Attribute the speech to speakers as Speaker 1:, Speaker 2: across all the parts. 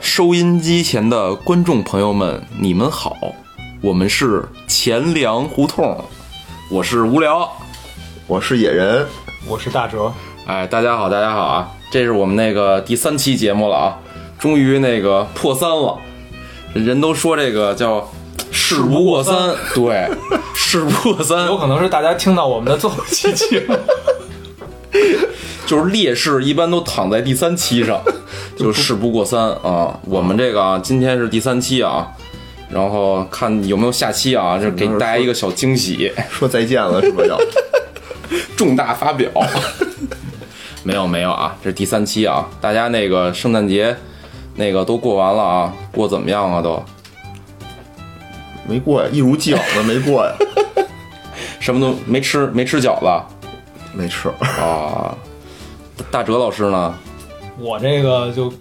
Speaker 1: 收音机前的观众朋友们，你们好，我们是钱粮胡同，我是无聊，
Speaker 2: 我是野人，
Speaker 3: 我是大哲。
Speaker 1: 哎，大家好，大家好啊！这是我们那个第三期节目了啊，终于那个破三了。人都说这个叫事不过三，对，事不过三，
Speaker 3: 有可能是大家听到我们的最后一期节 目，
Speaker 1: 就是烈士一般都躺在第三期 上，就事不过三啊。我们这个啊，今天是第三期啊，然后看有没有下期啊，就给大家一个小惊喜，
Speaker 2: 说再见了是吧？ 要
Speaker 1: 重大发表。 没有没有啊，这是第三期啊，大家那个圣诞节那个都过完了啊，过怎么样啊都？
Speaker 2: 没过呀，一如既往的没过呀，
Speaker 1: 什么都没吃，没吃饺子
Speaker 2: 没吃。
Speaker 1: 啊。大哲老师呢？
Speaker 3: 我这个就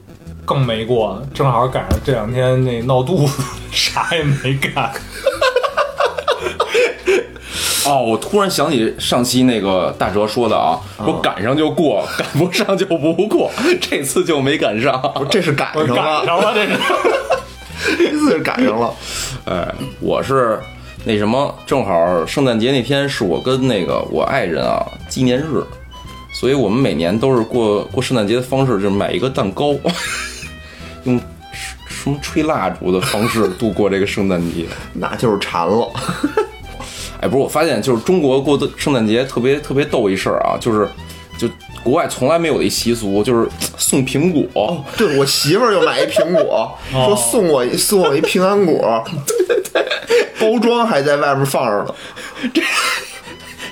Speaker 3: 更没过，正好赶上这两天那闹肚子，啥也没干。
Speaker 1: 哦，我突然想起上期那个大哲说的啊，说赶上就过，赶不上就不过， 这次就没赶上。
Speaker 2: 不是，这是赶
Speaker 3: 我
Speaker 2: 上
Speaker 3: 赶
Speaker 2: 了，
Speaker 3: 上了，这是
Speaker 2: 这次是赶上了。
Speaker 1: 哎，我是那什么，正好圣诞节那天是我跟那个我爱人啊纪念日，所以我们每年都是过过圣诞节的方式就是买一个蛋糕， 用什什么吹蜡烛的方式度过这个圣诞节。
Speaker 2: 那就是馋 了，
Speaker 1: 哎，不是，我发现就是中国过的圣诞节特别特别逗一事儿啊，就是就国外从来没有的一习俗，就是送苹果。
Speaker 2: 对我媳妇儿就买一苹果，说送我一送我一平安 果，包装还在外面放着呢。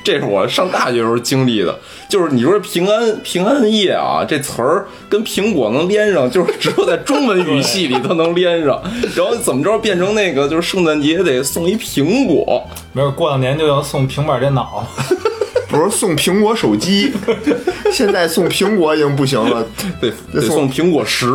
Speaker 1: 这是我上大学时候经历的，就是你说平安平安夜啊，这词儿跟苹果能连上，就是只有在中文语系里头能连上。然后怎么着变成那个，就是圣诞节得送一苹果，
Speaker 3: 没有过两年就要送平板电脑，
Speaker 2: 不是送苹果手机，现在送苹果已经不行了。
Speaker 1: 得得
Speaker 2: 送
Speaker 1: 送苹果十。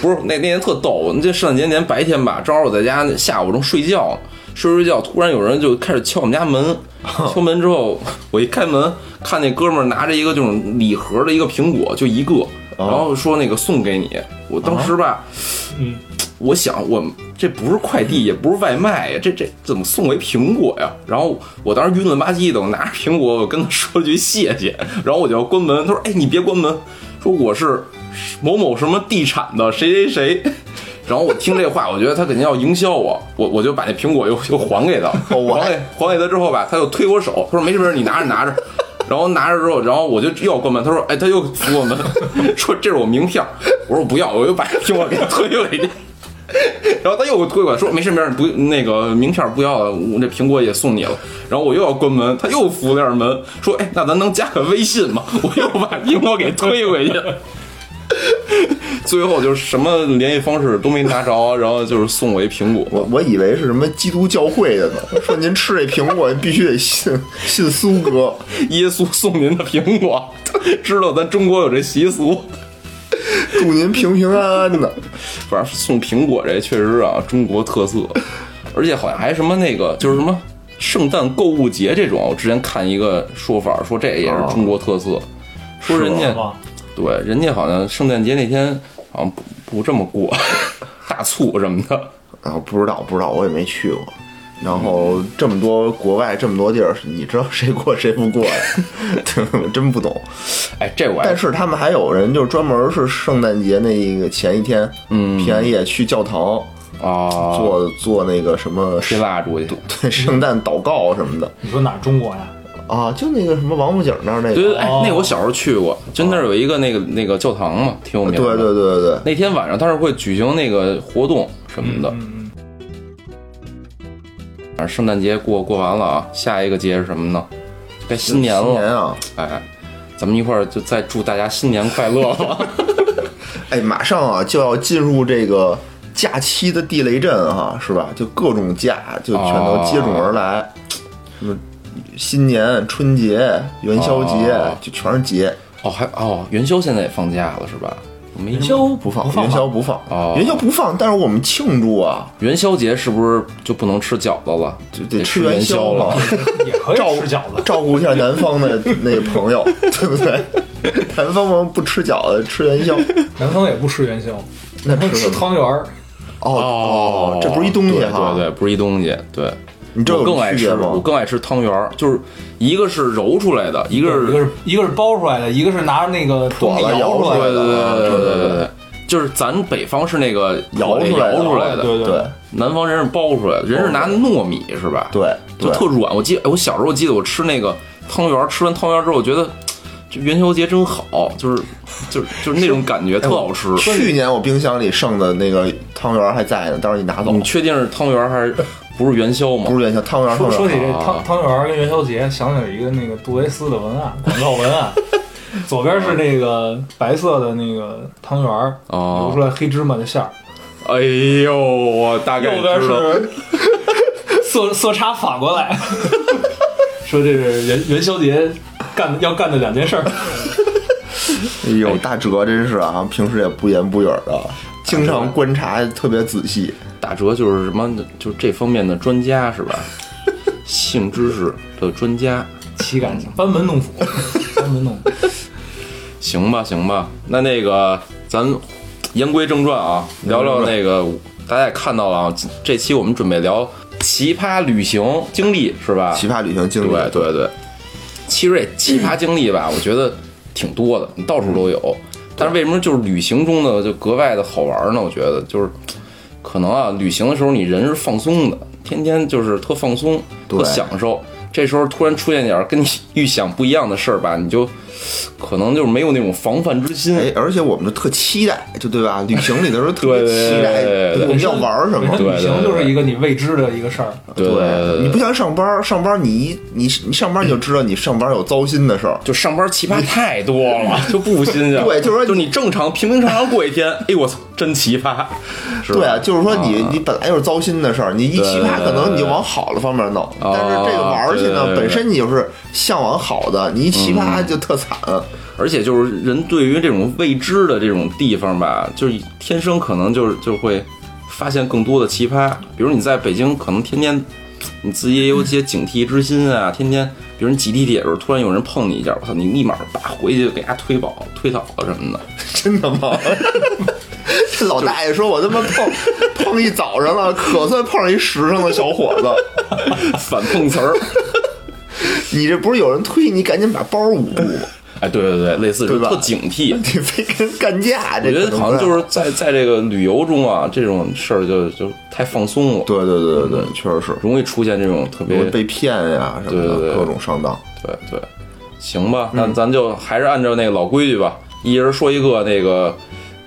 Speaker 1: 不是那那天特逗，那圣诞节那天白天吧，正好我在家那下午正睡觉，睡睡觉，突然有人就开始敲我们家门，敲门之后，我一开门，看那哥们儿拿着一个这种礼盒的一个苹果，就一个，然后说那个送给你，我当时吧，
Speaker 3: 嗯，
Speaker 1: 我想我这不是快递，也不是外卖呀，这这怎么送我一苹果呀？然后我当时晕了吧唧的，我拿着苹果，我跟他说了句谢谢， 然后我就要关门，他说：“哎，你别关门，说我是某某什么地产的谁谁谁。” 然后我听这话，我觉得他肯定要营销我，我我就把那苹果又 又还给他，
Speaker 2: 我
Speaker 1: 还给还给他之后吧，他又推我手，他说：“没事没事，你拿着拿着。” 然后拿着之后，然后我就又要关门，他说：“哎，他又扶我门， 说这是我名片。”我说：“不要。”我又把苹果给推回去。然后他又给我推过来，说没事没事，不那个名片不要了，我这苹果也送你了。然后我又要关门，他又扶了点门，说哎，那咱能加个微信吗？我又把苹果给推回去。最后就是什么联系方式都没拿着，然后就是送我一苹果。
Speaker 2: 我我以为是什么基督教会的呢，说您吃这苹果，您必须得信信苏哥。
Speaker 1: 耶稣送您的苹果，知道咱中国有这习俗，
Speaker 2: 祝您平平安安的。
Speaker 1: 反正送苹果这确实啊中国特色， 而且好像还什么那个就是什么圣诞购物节这种，我之前看一个说法说这也是中国特色，说人家
Speaker 3: 是吗
Speaker 1: 对人家好像圣诞节那天好像不不这么过， 大促什么的。
Speaker 2: 啊，不知道，不知道，我也没去过。然后这么多国外这么多地儿，你知道谁过谁不 过呀？对，我真不懂。
Speaker 1: 哎，这我还
Speaker 2: 但是他们还有人就专门是圣诞节那个前一天，嗯，平安夜去教堂
Speaker 1: 啊，
Speaker 2: 做做那个什么
Speaker 1: 吹蜡烛去。
Speaker 2: 对圣诞祷告什么的
Speaker 3: 你说哪儿中国呀？
Speaker 2: 啊，就那个什么王府井那儿那
Speaker 1: 对对，
Speaker 2: 个，
Speaker 1: 对哎，那我小时候去过，就那儿有一个那个那个教堂嘛，挺有名
Speaker 2: 对
Speaker 1: 的。
Speaker 2: 对对对对，
Speaker 1: 那天晚上他是会举行那个活动什么的。
Speaker 3: 嗯
Speaker 2: 嗯
Speaker 3: 嗯，
Speaker 1: 反正圣诞节过过完了啊，下一个节是什么呢？该新年了。
Speaker 2: 新年啊，
Speaker 1: 哎，咱们一会儿就再祝大家新年快乐吧。
Speaker 2: 哎，马上啊就要进入这个假期的地雷阵哈、是吧？就各种假就全都接踵而来，什么新年、春节、元宵节，
Speaker 1: 哦
Speaker 2: 就全是节。
Speaker 1: 哦，还哦，元宵现在也放假了是吧？没
Speaker 3: 元
Speaker 1: 什么
Speaker 3: 宵
Speaker 2: 不放，
Speaker 3: 放
Speaker 2: 元
Speaker 3: 吧
Speaker 2: 宵不放
Speaker 1: 哦，
Speaker 2: 元宵不放，但是我们庆祝啊，
Speaker 1: 元宵节是不是就不能吃饺子了？
Speaker 2: 就
Speaker 1: 得
Speaker 2: 吃
Speaker 1: 元
Speaker 2: 元
Speaker 1: 宵
Speaker 2: 嘛
Speaker 1: 了。，
Speaker 3: 也可以
Speaker 2: 照
Speaker 3: 吃饺 子。
Speaker 2: 照顾一下南方的那个朋友，对不对？ 南方朋友不吃饺子，吃元宵，
Speaker 3: 南方也不吃元宵，
Speaker 2: 那
Speaker 3: 他们
Speaker 2: 吃什
Speaker 3: 吃
Speaker 2: 么？
Speaker 3: 汤圆儿。
Speaker 2: 哦哦，这不是一东西哈，
Speaker 1: 对对对，不是一东西。对，
Speaker 2: 你这
Speaker 1: 我更
Speaker 2: 有
Speaker 1: 爱
Speaker 2: 区
Speaker 1: 吃，
Speaker 2: 别
Speaker 1: 我
Speaker 2: 吗？
Speaker 1: 更爱吃汤圆儿，就是一个是揉出来的，一个
Speaker 3: 一个是一个是包出来的，一个是拿那个东西
Speaker 2: 了
Speaker 3: 摇
Speaker 2: 摇
Speaker 3: 出
Speaker 2: 出来
Speaker 3: 来
Speaker 1: 对
Speaker 3: 的。
Speaker 1: 对对对对
Speaker 2: 对
Speaker 1: 对
Speaker 2: 对
Speaker 1: 对，就是咱北方是那个
Speaker 2: 摇
Speaker 1: 摇
Speaker 2: 出来的
Speaker 1: 出来
Speaker 3: 对
Speaker 1: 的，
Speaker 3: 对
Speaker 2: 对
Speaker 1: 南方人是包出来的，人是拿糯米是吧？，
Speaker 2: 对
Speaker 1: 就
Speaker 2: 对，
Speaker 1: 特软。我记我小时候记得我吃那个汤圆儿，吃完汤圆儿之后我觉得。这元宵节真好，就是，就是就是那种感觉，特好吃。
Speaker 2: 去年我冰箱里剩的那个汤圆还在呢，到时候你拿走
Speaker 1: 你，确定是汤圆儿还是不是元宵吗？
Speaker 2: 不是元宵汤圆，
Speaker 3: 说
Speaker 2: 汤
Speaker 3: 说起
Speaker 2: 圆。
Speaker 3: 这
Speaker 1: 啊
Speaker 3: 汤汤圆儿跟元宵节，想起了一个那个杜蕾斯的文案，广告文案，左边是那个白色的那个汤圆儿，
Speaker 1: 哦
Speaker 3: 流出来黑芝麻的馅儿，
Speaker 1: 哎呦，我大概
Speaker 3: 右边
Speaker 1: 知道
Speaker 3: 是 色色差反过来， 说这是元元宵节干的要干的两件事儿。
Speaker 2: 哎呦，大哲真是啊，平时也不言不语的，经常观察特别仔细。
Speaker 1: 打折就是什么的，就是这方面的专家是吧？性知识的专家，
Speaker 3: 岂敢班门弄斧，班门弄斧。
Speaker 1: 行吧，行吧。那那个，咱言归正传啊，聊聊那个，大家也看到了啊，这期我们准备聊奇葩旅行经历是吧？
Speaker 2: 奇葩旅行经历，
Speaker 1: 对对对，奇瑞奇葩经历吧，我觉得挺多的，到处都有。
Speaker 2: 嗯
Speaker 1: 但是为什么就是旅行中呢，就格外的好玩呢？我觉得就是可能啊，旅行的时候你人是放松的，天天就是特放松，
Speaker 2: 对
Speaker 1: 特享受。这时候突然出现点儿跟你 预想不一样的事儿吧，你就可能就是没有那种防范之心。
Speaker 2: 哎，而且我们就特期待，就对吧？旅行里的时候特别
Speaker 1: 对对
Speaker 2: 期
Speaker 1: 对
Speaker 2: 待，
Speaker 1: 对对
Speaker 2: 我们要玩什么
Speaker 3: 本？身
Speaker 1: 对
Speaker 3: 旅行就是一个你未知的一个事儿。
Speaker 1: 对
Speaker 2: 你不像上班，上班你一你你上班你就知道你上班有糟心的事儿，
Speaker 1: 就上班奇葩太多了，就不新鲜了。
Speaker 2: 对就是说
Speaker 1: 就你正常平平常常过一天，哎我操，真奇葩，是吧
Speaker 2: 对啊，就是说你、你本来就是糟心的事儿，你一
Speaker 1: 对
Speaker 2: 奇葩可能你就往好的方面弄，
Speaker 1: 哦
Speaker 2: 但是这个玩儿去呢，
Speaker 1: 对对对嗯
Speaker 2: 本身你就是向往好的，你一奇葩就特惨。
Speaker 1: 而且就是人对于这种未知的这种地方吧，就是天生可能就是就会发现更多的奇葩。比如你在北京，可能天天你自己也有一些警惕之心啊，天天比如你挤地铁的时候，突然有人碰你一下，我操，你立马叭回去给他推倒、推倒了什么的。
Speaker 2: 真的吗？这老大爷说：“我他妈碰碰一早上了，可算碰上一时尚的小伙子。
Speaker 1: 反碰瓷儿。
Speaker 2: 你这不是有人推你，赶紧把包捂住吗？
Speaker 1: 哎，对对对，类似这
Speaker 2: 对
Speaker 1: 种
Speaker 2: 吧
Speaker 1: 特警惕。
Speaker 2: 你非跟人干架，
Speaker 1: 我
Speaker 2: 这
Speaker 1: 觉
Speaker 2: 可
Speaker 1: 得
Speaker 2: 能
Speaker 1: 好像
Speaker 2: 不太
Speaker 1: 就是在在这个旅游中啊，这种事儿就就太放松了，
Speaker 2: 对对对对对，确实是
Speaker 1: 容易出现这种特别
Speaker 2: 容易被骗呀什么
Speaker 1: 对对
Speaker 2: 的，
Speaker 1: 对
Speaker 2: 各种上当。
Speaker 1: 对对，行吧，
Speaker 2: 嗯
Speaker 1: 那咱就还是按照那个老规矩吧，一人说一个那个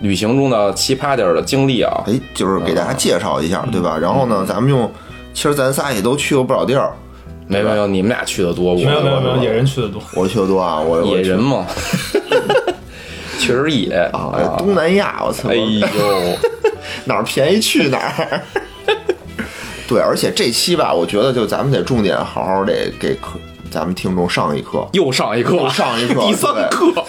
Speaker 1: 旅行中的奇葩点儿的经历啊。
Speaker 2: 哎，就是给大家介绍一
Speaker 1: 嗯
Speaker 2: 下，对吧？然后呢，咱们用，其实咱仨也都去过不少地儿。
Speaker 1: 没有没有，你们俩去的多，我
Speaker 3: 没有没有没有，
Speaker 1: 我
Speaker 3: 野人去的多。
Speaker 2: 我去的多啊，我
Speaker 1: 野
Speaker 2: 我去
Speaker 1: 人 嘛，确实野
Speaker 2: 啊，哎东南亚，我操，
Speaker 1: 哎呦，
Speaker 2: 哪儿便宜去哪儿。 对，而且这期吧，我觉得就咱们得重点好好得给客咱们听众上一课。
Speaker 1: 又上一课，
Speaker 2: 又上一课
Speaker 1: 第三课，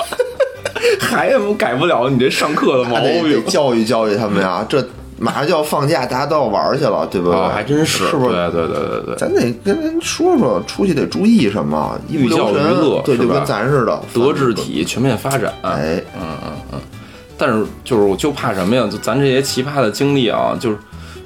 Speaker 1: 还改不了你这上课的毛
Speaker 2: 还得得
Speaker 1: 病。
Speaker 2: 教育教育他们呀，这马上就要放假，大家都要玩儿去了，对不对？
Speaker 1: 啊，还真
Speaker 2: 是，
Speaker 1: 是，
Speaker 2: 不是？
Speaker 1: 对对对对对，
Speaker 2: 咱得跟人说说，出去得注意什么，一不留
Speaker 1: 寓教于乐
Speaker 2: 神，对，
Speaker 1: 是
Speaker 2: 就
Speaker 1: 吧
Speaker 2: 跟咱似的，
Speaker 1: 德智体全面发展。
Speaker 2: 哎，
Speaker 1: 但是就是我就怕什么呀？就咱这些奇葩的经历啊，就是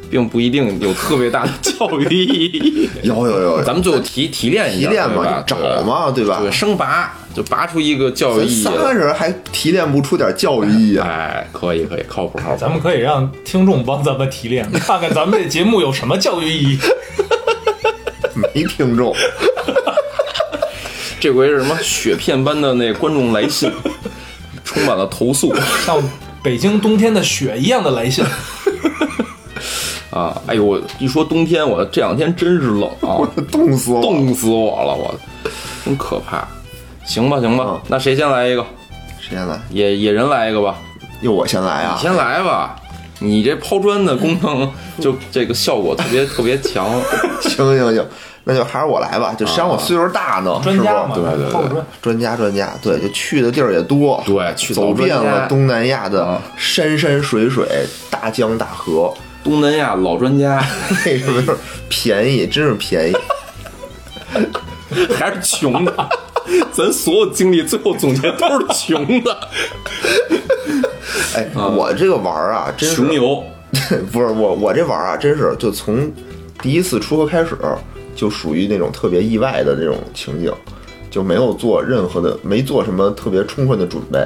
Speaker 1: 并不一定有特别大的教育意 义。
Speaker 2: 哎有有有，
Speaker 1: 咱们就提提炼一
Speaker 2: 提
Speaker 1: 下，
Speaker 2: 炼
Speaker 1: 对
Speaker 2: 嘛，
Speaker 1: 吧
Speaker 2: 你找，嘛，对吧
Speaker 1: 对？对，生拔就拔出一个教育
Speaker 2: 咱
Speaker 1: 意义来。
Speaker 2: 仨人还提炼不出点教育意义啊？
Speaker 1: 哎，可以可以，靠谱靠谱
Speaker 3: 咱。们可以让听众帮咱们提 炼，看看咱们这节目有什么教育意义。
Speaker 2: 没听 众，
Speaker 1: 这回是什么雪片般的那观众来信， 充满了投诉
Speaker 3: 像北京冬天的雪一样的来信，
Speaker 1: 啊！哎呦，我一说冬天，我这两天真是冷 啊，
Speaker 2: 冻死我！
Speaker 1: 冻死我了，我真可怕。行吧行吧
Speaker 2: 嗯，
Speaker 1: 那谁先来一个？
Speaker 2: 谁先来？
Speaker 1: 野野人来一个吧，
Speaker 2: 又我先来啊
Speaker 1: 你！先来吧。你这抛砖的功 能就这个效果特别特别强。
Speaker 2: 行行行，那就还是我来
Speaker 1: 啊
Speaker 2: 吧。就谁让我岁数大呢？
Speaker 3: 专
Speaker 2: 是
Speaker 3: 家
Speaker 2: 不
Speaker 3: 嘛，？
Speaker 1: 对对对
Speaker 3: 后边
Speaker 2: 专家专家，对，就去的地儿也多，
Speaker 1: 对去
Speaker 2: 走
Speaker 1: 走专家
Speaker 2: 遍了东南亚的
Speaker 1: 啊
Speaker 2: 山山水水、大江大河，
Speaker 1: 东南亚老专家
Speaker 2: 为什么就是便宜？真是便宜。
Speaker 1: 还是穷的，咱所有经历最后总结都是穷的，
Speaker 2: 哎，我这个玩儿啊，真是
Speaker 1: 穷游。
Speaker 2: 不是我，我这玩儿啊，真是就从第一次出国开始，就属于那种特别意外的这种情景，就没有做任何的，没做什么特别充分的准备。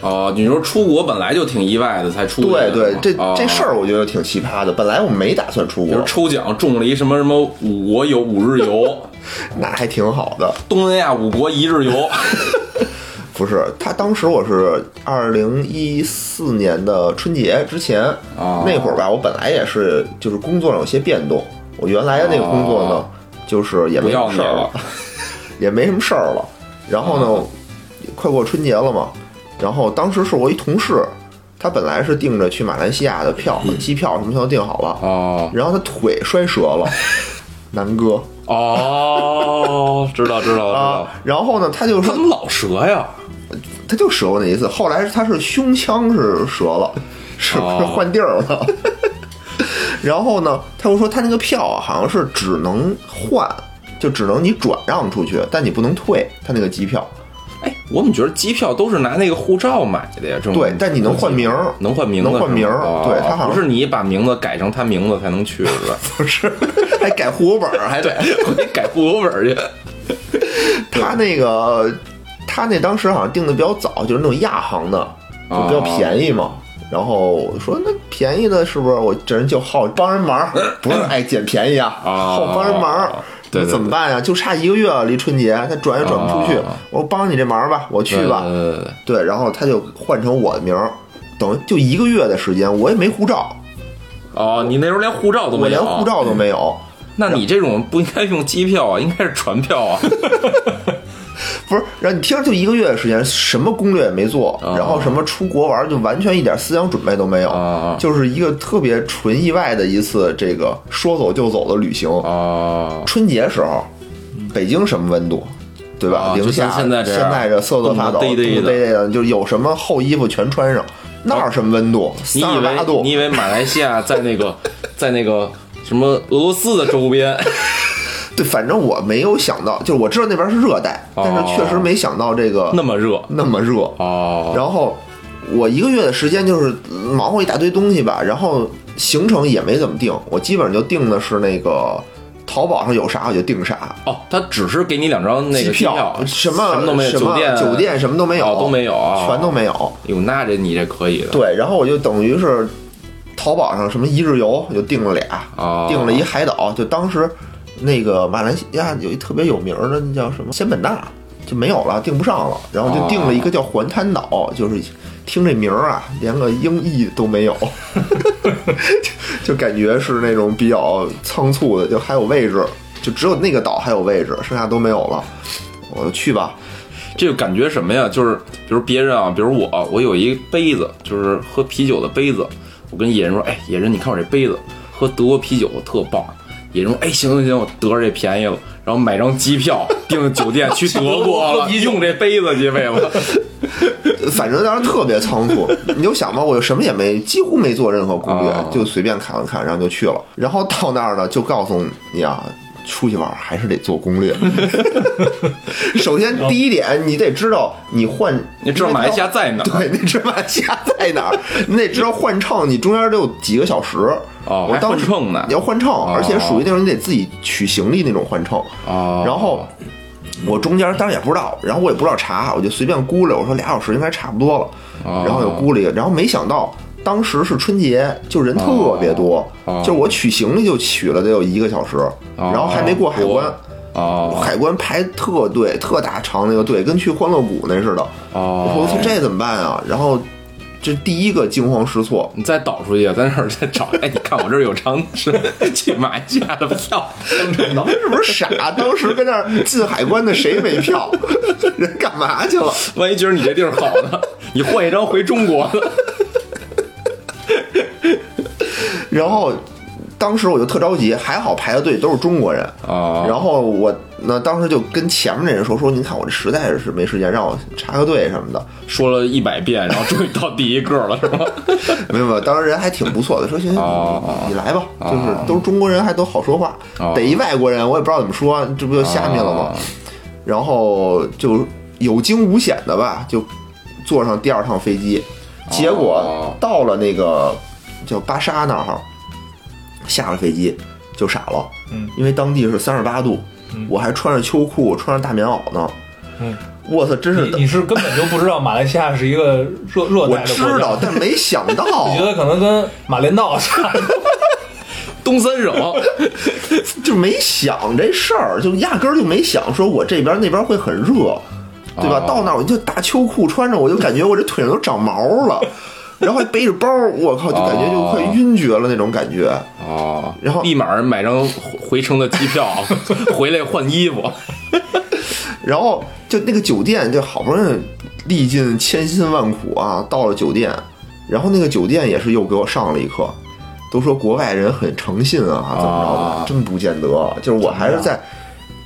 Speaker 1: 哦，你说出国本来就挺意外的，才出国
Speaker 2: 对啊
Speaker 1: 的
Speaker 2: 对
Speaker 1: 嘛，
Speaker 2: 这
Speaker 1: 哦
Speaker 2: 这事儿我觉得挺奇葩的。本来我没打算出
Speaker 1: 比如
Speaker 2: 国，
Speaker 1: 抽奖中了一什么什么五国游、五日 游，
Speaker 2: 那还挺好的。
Speaker 1: 东南亚五国一日 游，
Speaker 2: 不是，他当时我是二零一四年的春节之前、
Speaker 1: 哦
Speaker 2: 那会儿吧，我本来也是就是工作上有些变动，我原来的那个工作呢，
Speaker 1: 哦
Speaker 2: 就是也
Speaker 1: 不
Speaker 2: 没什
Speaker 1: 要
Speaker 2: 么
Speaker 1: 你
Speaker 2: 事儿
Speaker 1: 了啊
Speaker 2: 了， 也没什么事儿了。然后呢，快过春节了嘛，然后当时是我一同事，他本来是订着去马来西亚的票、
Speaker 1: 嗯
Speaker 2: 机票什么全都订好了，
Speaker 1: 哦
Speaker 2: 然后他腿摔折 了，南哥
Speaker 1: 哦，知道知道知道
Speaker 2: 啊，，然后呢，他就
Speaker 1: 他
Speaker 2: 说
Speaker 1: 怎么老折呀？
Speaker 2: 他就折过那一次，后来是他是胸腔是折了，是不是
Speaker 1: 哦
Speaker 2: 换地儿了？ 然后呢，他又说他那个票啊，好像是只能换，就只能你转让出去，但你不能退他那个机票。
Speaker 1: 哎，我怎么觉得机票都是拿那个护照买的呀？这种
Speaker 2: 对，但你能换名儿，
Speaker 1: 嗯能换名字是
Speaker 2: 能
Speaker 1: 吗，
Speaker 2: 换名儿
Speaker 1: 哦
Speaker 2: 对他好像
Speaker 1: 不是你把名字改成他名字才能去，是 吧？
Speaker 2: 不是？还改户口本儿，还得
Speaker 1: 我得改户口本儿去。
Speaker 2: 他那个他那当时好像订的比较早，就是那种亚航的，就
Speaker 1: 啊
Speaker 2: 比较便宜嘛。然后我说那便宜的是不是我这人就好帮人 忙儿，不是爱捡便宜啊，
Speaker 1: 啊
Speaker 2: 好帮人忙儿。
Speaker 1: 对对
Speaker 2: 那怎么办呀？就差一个月了，离春节，他转也转不出去。
Speaker 1: 啊
Speaker 2: 我说帮你这忙儿吧，我 去吧。
Speaker 1: 对对对对
Speaker 2: 对，然后他就换成我的名儿，等于就一个月的时间，我也没护照，
Speaker 1: 哦，你那时候连护照都
Speaker 2: 我
Speaker 1: 没有，啊
Speaker 2: 连护。照都没有。
Speaker 1: 那你这种不应该用机票啊，应该是船票啊。
Speaker 2: 不是，然后你听着就一个月的时间，什么攻略也没做，
Speaker 1: 啊
Speaker 2: 然后什么出国玩儿就完全一点思想准备都没有，
Speaker 1: 啊
Speaker 2: 就是一个特别纯意外的一次这个说走就走的旅行。
Speaker 1: 哦，
Speaker 2: 春节时候，北京什么温度？对吧？
Speaker 1: 嗯啊
Speaker 2: 零下，
Speaker 1: 就像现在这样
Speaker 2: 这瑟瑟发抖，
Speaker 1: 冻得嘚嘚的嗯
Speaker 2: 冻得嘚嘚的，就是有什么厚衣服全穿上。那儿什么温度？
Speaker 1: 你
Speaker 2: 三
Speaker 1: 以
Speaker 2: 十八
Speaker 1: 为
Speaker 2: 度
Speaker 1: 你。以为马来西亚在那个在那个什么俄罗斯的周边？
Speaker 2: 对，反正我没有想到，就是我知道那边是热带，
Speaker 1: 哦
Speaker 2: 但是确实没想到这个
Speaker 1: 那么热
Speaker 2: 那么热。
Speaker 1: 哦，
Speaker 2: 然后我一个月的时间就是忙活一大堆东西吧，然后行程也没怎么定，我基本上就定的是那个淘宝上有啥我就定啥，
Speaker 1: 哦，他只是给你两张那
Speaker 2: 机
Speaker 1: 个机票，
Speaker 2: 什
Speaker 1: 什
Speaker 2: 么
Speaker 1: 么都没有，
Speaker 2: 什
Speaker 1: 酒
Speaker 2: 么
Speaker 1: 店
Speaker 2: 酒店什么都没有，
Speaker 1: 哦都没有啊
Speaker 2: 全都没有。
Speaker 1: 哟，那这你这可以的
Speaker 2: 对，然后我就等于是淘宝上什么一日游我就定了俩，
Speaker 1: 哦，
Speaker 2: 定了一海岛，就当时那个马来西亚有一特别有名儿的，那叫什么仙本那，就没有了，订不上了。然后就定了一个叫环滩岛，就是听这名儿啊，连个英译都没有， 就就感觉是那种比较仓促的，就还有位置，就只有那个岛还有位置，剩下都没有了。我就去吧，
Speaker 1: 这个感觉什么呀？就是比如别人啊，比如我，我有一杯子，就是喝啤酒的杯子。我跟野人说，哎，野人，你看我这杯子，喝德国啤酒特棒。野人说，哎，行行行，我得着这便宜了，然后买张机票，订酒店去德国 了，用这杯子去为了。
Speaker 2: 反正当时特别仓促，你就想吧，我什么也没，几乎没做任何攻略
Speaker 1: 啊，
Speaker 2: 就随便看了看，然后就去了。然后到那儿呢，就告诉你啊，出去玩儿还是得做攻 略。首先第一点，你得知道你换，
Speaker 1: 你知道马来西亚在哪儿？
Speaker 2: 对，那只马来西亚在哪儿？ 你得知道换乘，你中间得有几个小时。
Speaker 1: 哦
Speaker 2: 我
Speaker 1: 还
Speaker 2: 当
Speaker 1: 换
Speaker 2: 时
Speaker 1: 乘呢
Speaker 2: 你要换乘，而且属于那种你得自己取行李那种换乘。
Speaker 1: 哦
Speaker 2: 然后我中间当然也不知道，然后我也不知道查，我就随便估了，我说俩小时应该差不多了，
Speaker 1: 哦
Speaker 2: 然后就估了一个，然后没想到。当时是春节，就人特别多，
Speaker 1: 哦
Speaker 2: 就是我取行李就取了得有一个小时，然后还没过海关，
Speaker 1: 哦
Speaker 2: 海关排特队，特大长那个队，跟去欢乐谷那似的。我说我
Speaker 1: 哦
Speaker 2: 操，，这怎么办啊？然后这第一个惊慌失措，
Speaker 1: 你再倒出去，在那儿再找。哎，你看我这儿有张是去马来西亚的票。
Speaker 2: 咱们是不是傻？当时跟那儿进海关的谁没票？ 人干嘛去了？
Speaker 1: 万一觉得你这地儿好呢，你换一张回中国呢？
Speaker 2: 然后当时我就特着急，还好排的队都是中国人。
Speaker 1: 啊，
Speaker 2: 然后我那当时就跟前面那人说说，您看我这实在是没时间，让我插个队什么的。
Speaker 1: 说了一百遍，然后终于到第一个了，是 吗？
Speaker 2: 没有没有，当时人还挺不错的，说行行，
Speaker 1: 哦
Speaker 2: 你你来吧，
Speaker 1: 哦
Speaker 2: 就是都是中国人，还都好说话
Speaker 1: 哦。
Speaker 2: 逮一外国人，我也不知道怎么说，这不就下面了吗
Speaker 1: 啊？
Speaker 2: 然后就有惊无险的吧，就坐上第二趟飞机，结果
Speaker 1: 哦
Speaker 2: 到了那个叫巴沙那儿，下了飞机就傻了，
Speaker 3: 嗯，
Speaker 2: 因为当地是三十八度，
Speaker 1: 嗯
Speaker 2: 我还穿着秋裤，穿着大棉袄呢，
Speaker 3: 嗯，
Speaker 2: 我操，真是
Speaker 3: 你
Speaker 2: 的，
Speaker 3: 你是根本就不知道马来西亚是一个热热
Speaker 2: 我
Speaker 3: 带的国家，
Speaker 2: 知道，但没想到，啊
Speaker 3: 我觉得可能跟马连道差不多。
Speaker 1: 东三省，
Speaker 2: 就没想这事儿，就压根儿就没想说我这边那边会很热，对吧？
Speaker 1: 哦
Speaker 2: 到那儿我就大秋裤穿着，我就感觉我这腿上都长毛了，然后还背着包，我靠，就感觉就快晕厥了那种感觉。
Speaker 1: 哦，
Speaker 2: 然后
Speaker 1: 立马买张回程的机票， 回来换衣服，
Speaker 2: 然后就那个酒店，就好不容易历尽千辛万苦啊，到了酒店，然后那个酒店也是又给我上了一课，都说国外人很诚信啊，怎么着的，
Speaker 1: 啊
Speaker 2: 真不见得。就是我还是在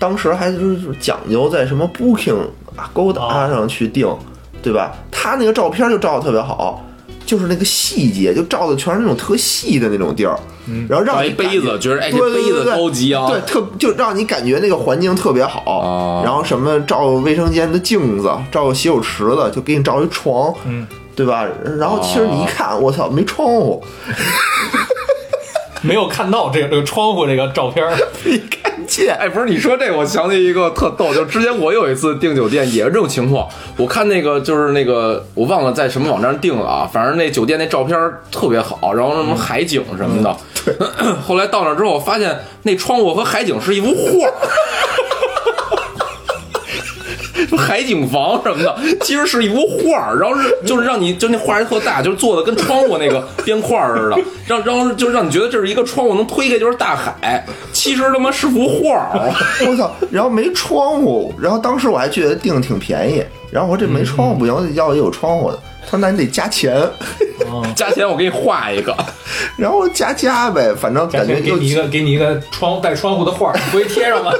Speaker 2: 当时还就是讲究在什么 Booking 啊、勾搭
Speaker 1: 哦
Speaker 3: 啊
Speaker 2: 上去订，对吧？他那个照片就照的特别好。就是那个细节，就照的全是那种特细的那种地儿，然后让
Speaker 1: 找
Speaker 2: 你
Speaker 1: 嗯一
Speaker 2: 感
Speaker 1: 杯子，觉得哎，
Speaker 2: 对
Speaker 1: 这
Speaker 2: 对
Speaker 1: 杯
Speaker 2: 对
Speaker 1: 子
Speaker 2: 对
Speaker 1: 高级啊，
Speaker 2: 对，特就让你感觉那个环境特别好，
Speaker 3: 啊
Speaker 1: 哦
Speaker 2: 然后什么照卫生间的镜子，照洗手池子，就给你照一床，
Speaker 3: 嗯，
Speaker 2: 对吧？然后其实
Speaker 3: 啊
Speaker 2: 你一看，我操，没窗户，
Speaker 3: 没有看到这个这个窗户这个照片儿，
Speaker 2: 没看见，
Speaker 1: 哎，不是你说这，我想起一个特逗，就之前我有一次订酒店也是这种情况，我看那个就是那个我忘了在什么网站上订了啊，反正那酒店那照片特别好，然后什么海景什么的。嗯对， 后来到那之后，我发现那窗户和海景是一幅画。海景房什么的，其实是一幅画儿，然后是就是让你就那画儿特大，就是做的跟窗户那个边框儿似的，让然后就让你觉得这是一个窗户，能推开就是大海，其实他妈是幅画 儿。哦
Speaker 2: 我操，然后没窗户，然后当时我还觉得订的挺便宜，然后我说这没窗户
Speaker 3: 嗯
Speaker 2: 不行，要有窗户的，他说那你得加钱，
Speaker 1: 加钱我给你画一个，
Speaker 2: 然后我加加呗，反正
Speaker 3: 嘉
Speaker 2: 感觉
Speaker 3: 庆给
Speaker 2: 就
Speaker 3: 你一个给你一个窗带窗户的 画儿，你回去贴上吧。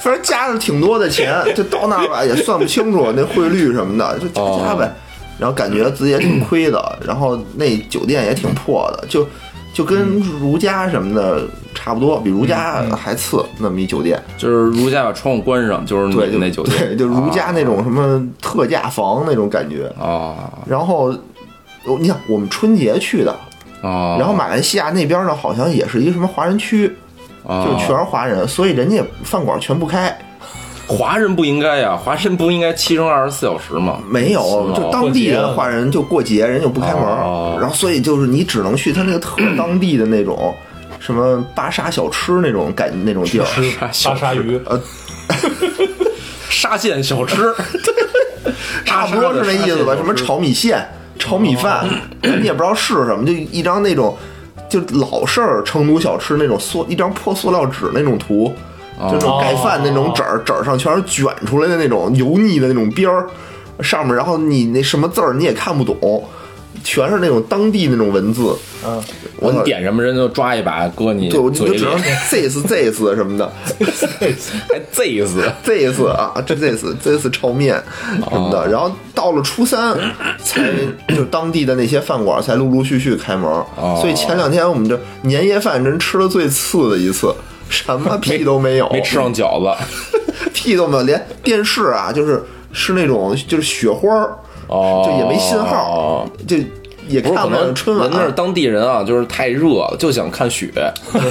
Speaker 2: 反正加了挺多的 钱，就到那儿吧也算不清楚那汇率什么的，就
Speaker 1: 哦
Speaker 2: 加加呗。然后感觉自己也挺 亏的，然后那酒店也挺破的，就就跟如家什么的差不多，比如家还次那么一酒店。
Speaker 1: 就是如家把窗户关上，就是
Speaker 2: 对，
Speaker 1: 你
Speaker 2: 就
Speaker 1: 嗯那酒店，
Speaker 2: 对，就如家那种什么特价房那种感觉。
Speaker 1: 哦
Speaker 2: 然后，哦你想我们春节去的，
Speaker 1: 哦，
Speaker 2: 然后马来西亚那边呢好像也是一个什么华人区，
Speaker 1: 哦
Speaker 2: 就是全是华人，所以人家也饭馆全不开。
Speaker 1: 华人不应该呀，华人不应该七乘二十四小时吗？
Speaker 2: 没有
Speaker 1: 是，吗
Speaker 2: 就当地的话人就过节，人就不开门儿，
Speaker 1: 哦
Speaker 2: 然后所以就是你只能去他那个特当地的那种什么巴沙小吃那种感那种地儿。
Speaker 3: 杀鲨鱼，
Speaker 1: 沙县小 吃，
Speaker 2: 差不多是那意思吧，什么炒米线、炒米饭，你也不知道是什么，就一张那种就老式儿成都小吃那种塑一张破塑料纸那种图，就那种盖饭那种纸儿，纸儿上全是卷出来的那种油腻的那种边儿，上面然后你那什么字儿你也看不懂，全是那种当地那种文字，
Speaker 3: 嗯，
Speaker 1: 我你点什么人就抓一把搁你
Speaker 2: 对，我就
Speaker 1: 嘴
Speaker 2: 只
Speaker 1: 里，
Speaker 2: 能 this this 什么的
Speaker 1: 还 Z 死。
Speaker 2: ，this 啊，这 this this 炒面什么
Speaker 1: 哦
Speaker 2: 的。然后到了初三，才就当地的那些饭馆才陆陆续续开门。
Speaker 1: 哦
Speaker 2: 所以前两天我们这年夜饭真吃了最次的一次，什么屁都没有，
Speaker 1: 没吃上饺子，
Speaker 2: 屁都没有，连电视啊，就是是那种就是雪花儿，
Speaker 1: 哦
Speaker 2: 就也没信号，就也
Speaker 1: 不是
Speaker 2: 看
Speaker 1: 可
Speaker 2: 不了
Speaker 1: 能
Speaker 2: 春晚
Speaker 1: 人。那儿当地人啊，就是太热了，就想看 雪，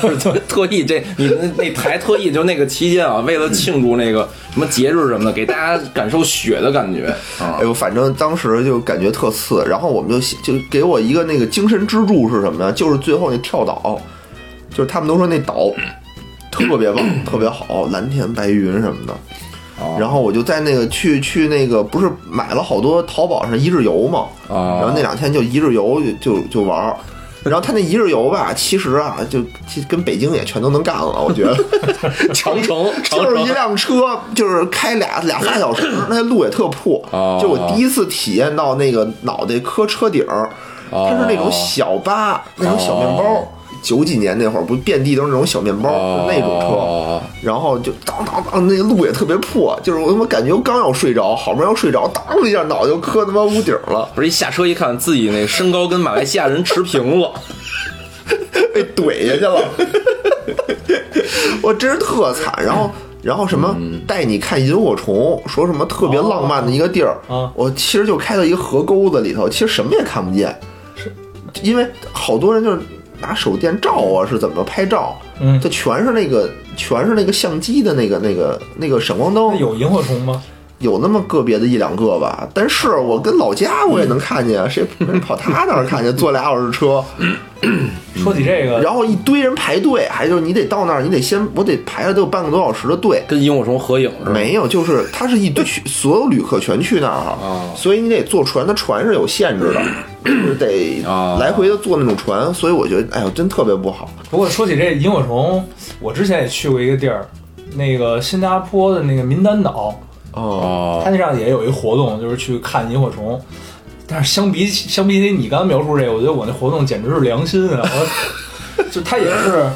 Speaker 1: 就是特意这你那那台特意就那个期间啊，为了庆祝那个什么节日什么的，给大家感受雪的感觉啊
Speaker 2: 哎呦，反正当时就感觉特次，然后我们就写就给我一个那个精神支柱是什么呀？就是最后那跳岛，就是他们都说那岛特别棒， 特别好，蓝天白云什么的。
Speaker 1: 哦
Speaker 2: 然后我就在那个去去那个不是买了好多淘宝上一日游嘛，
Speaker 1: 哦
Speaker 2: 然后那两天就一日游就就就玩儿。然后他那一日游吧，其实啊，就其实跟北京也全都能干了，我 觉得。
Speaker 1: 长城长
Speaker 2: 就是一
Speaker 1: 城
Speaker 2: 辆车，就是开俩俩仨小 时，那路也特破
Speaker 1: 哦。
Speaker 2: 就我第一次体验到那个脑袋磕车顶儿，它是那种小巴，那种小面包
Speaker 1: 哦，
Speaker 2: 九几年那会儿，不遍地都是那种小面包、
Speaker 1: 哦
Speaker 2: 那种车，然后就当当当，那路也特别破，就是我他妈感觉我刚要睡着，好不容易要睡着，当一下脑袋就磕他妈屋顶了，
Speaker 1: 不是一下车一看自己那身高跟马来西亚人持平了，
Speaker 2: 被怼下去了， 我真是特惨。然后，然后什么带你看萤火虫，说什么特别浪漫的一个地儿
Speaker 3: 哦啊，
Speaker 2: 我其实就开到一个河沟子里头，其实什么也看不见，是因为好多人就是拿手电照啊，是怎么拍照？
Speaker 3: 嗯
Speaker 2: 它全是那个全是那个相机的那个那个那个闪光灯，
Speaker 3: 那有萤火虫吗？
Speaker 2: 有那么个别的一两个吧，但是我跟老家我也能看见，啊谁谁跑他那儿看见，坐俩小时车，
Speaker 3: 说起这个，
Speaker 2: 然后一堆人排队，还就是你得到那儿，你得先我得排了得有半个多小时的队，
Speaker 1: 跟萤火虫合影
Speaker 3: 嗯
Speaker 1: 似的。
Speaker 2: 没有，就是它是一堆去所有旅客全去那儿
Speaker 1: 哦
Speaker 2: 哈，所以你得坐船，它船是有限制的，就是 得
Speaker 1: 哦
Speaker 2: 来回的坐那种船，所以我觉得哎呦真特别不好，
Speaker 3: 不过说起这萤火虫，我之前也去过一个地儿，那个新加坡的那个民丹岛，
Speaker 2: 哦，
Speaker 1: 哦
Speaker 3: 它那上也有一活动，就是去看萤火虫。但是相比起相比起你刚才描述这个，我觉得我那活动简直是良心啊！我 就它也是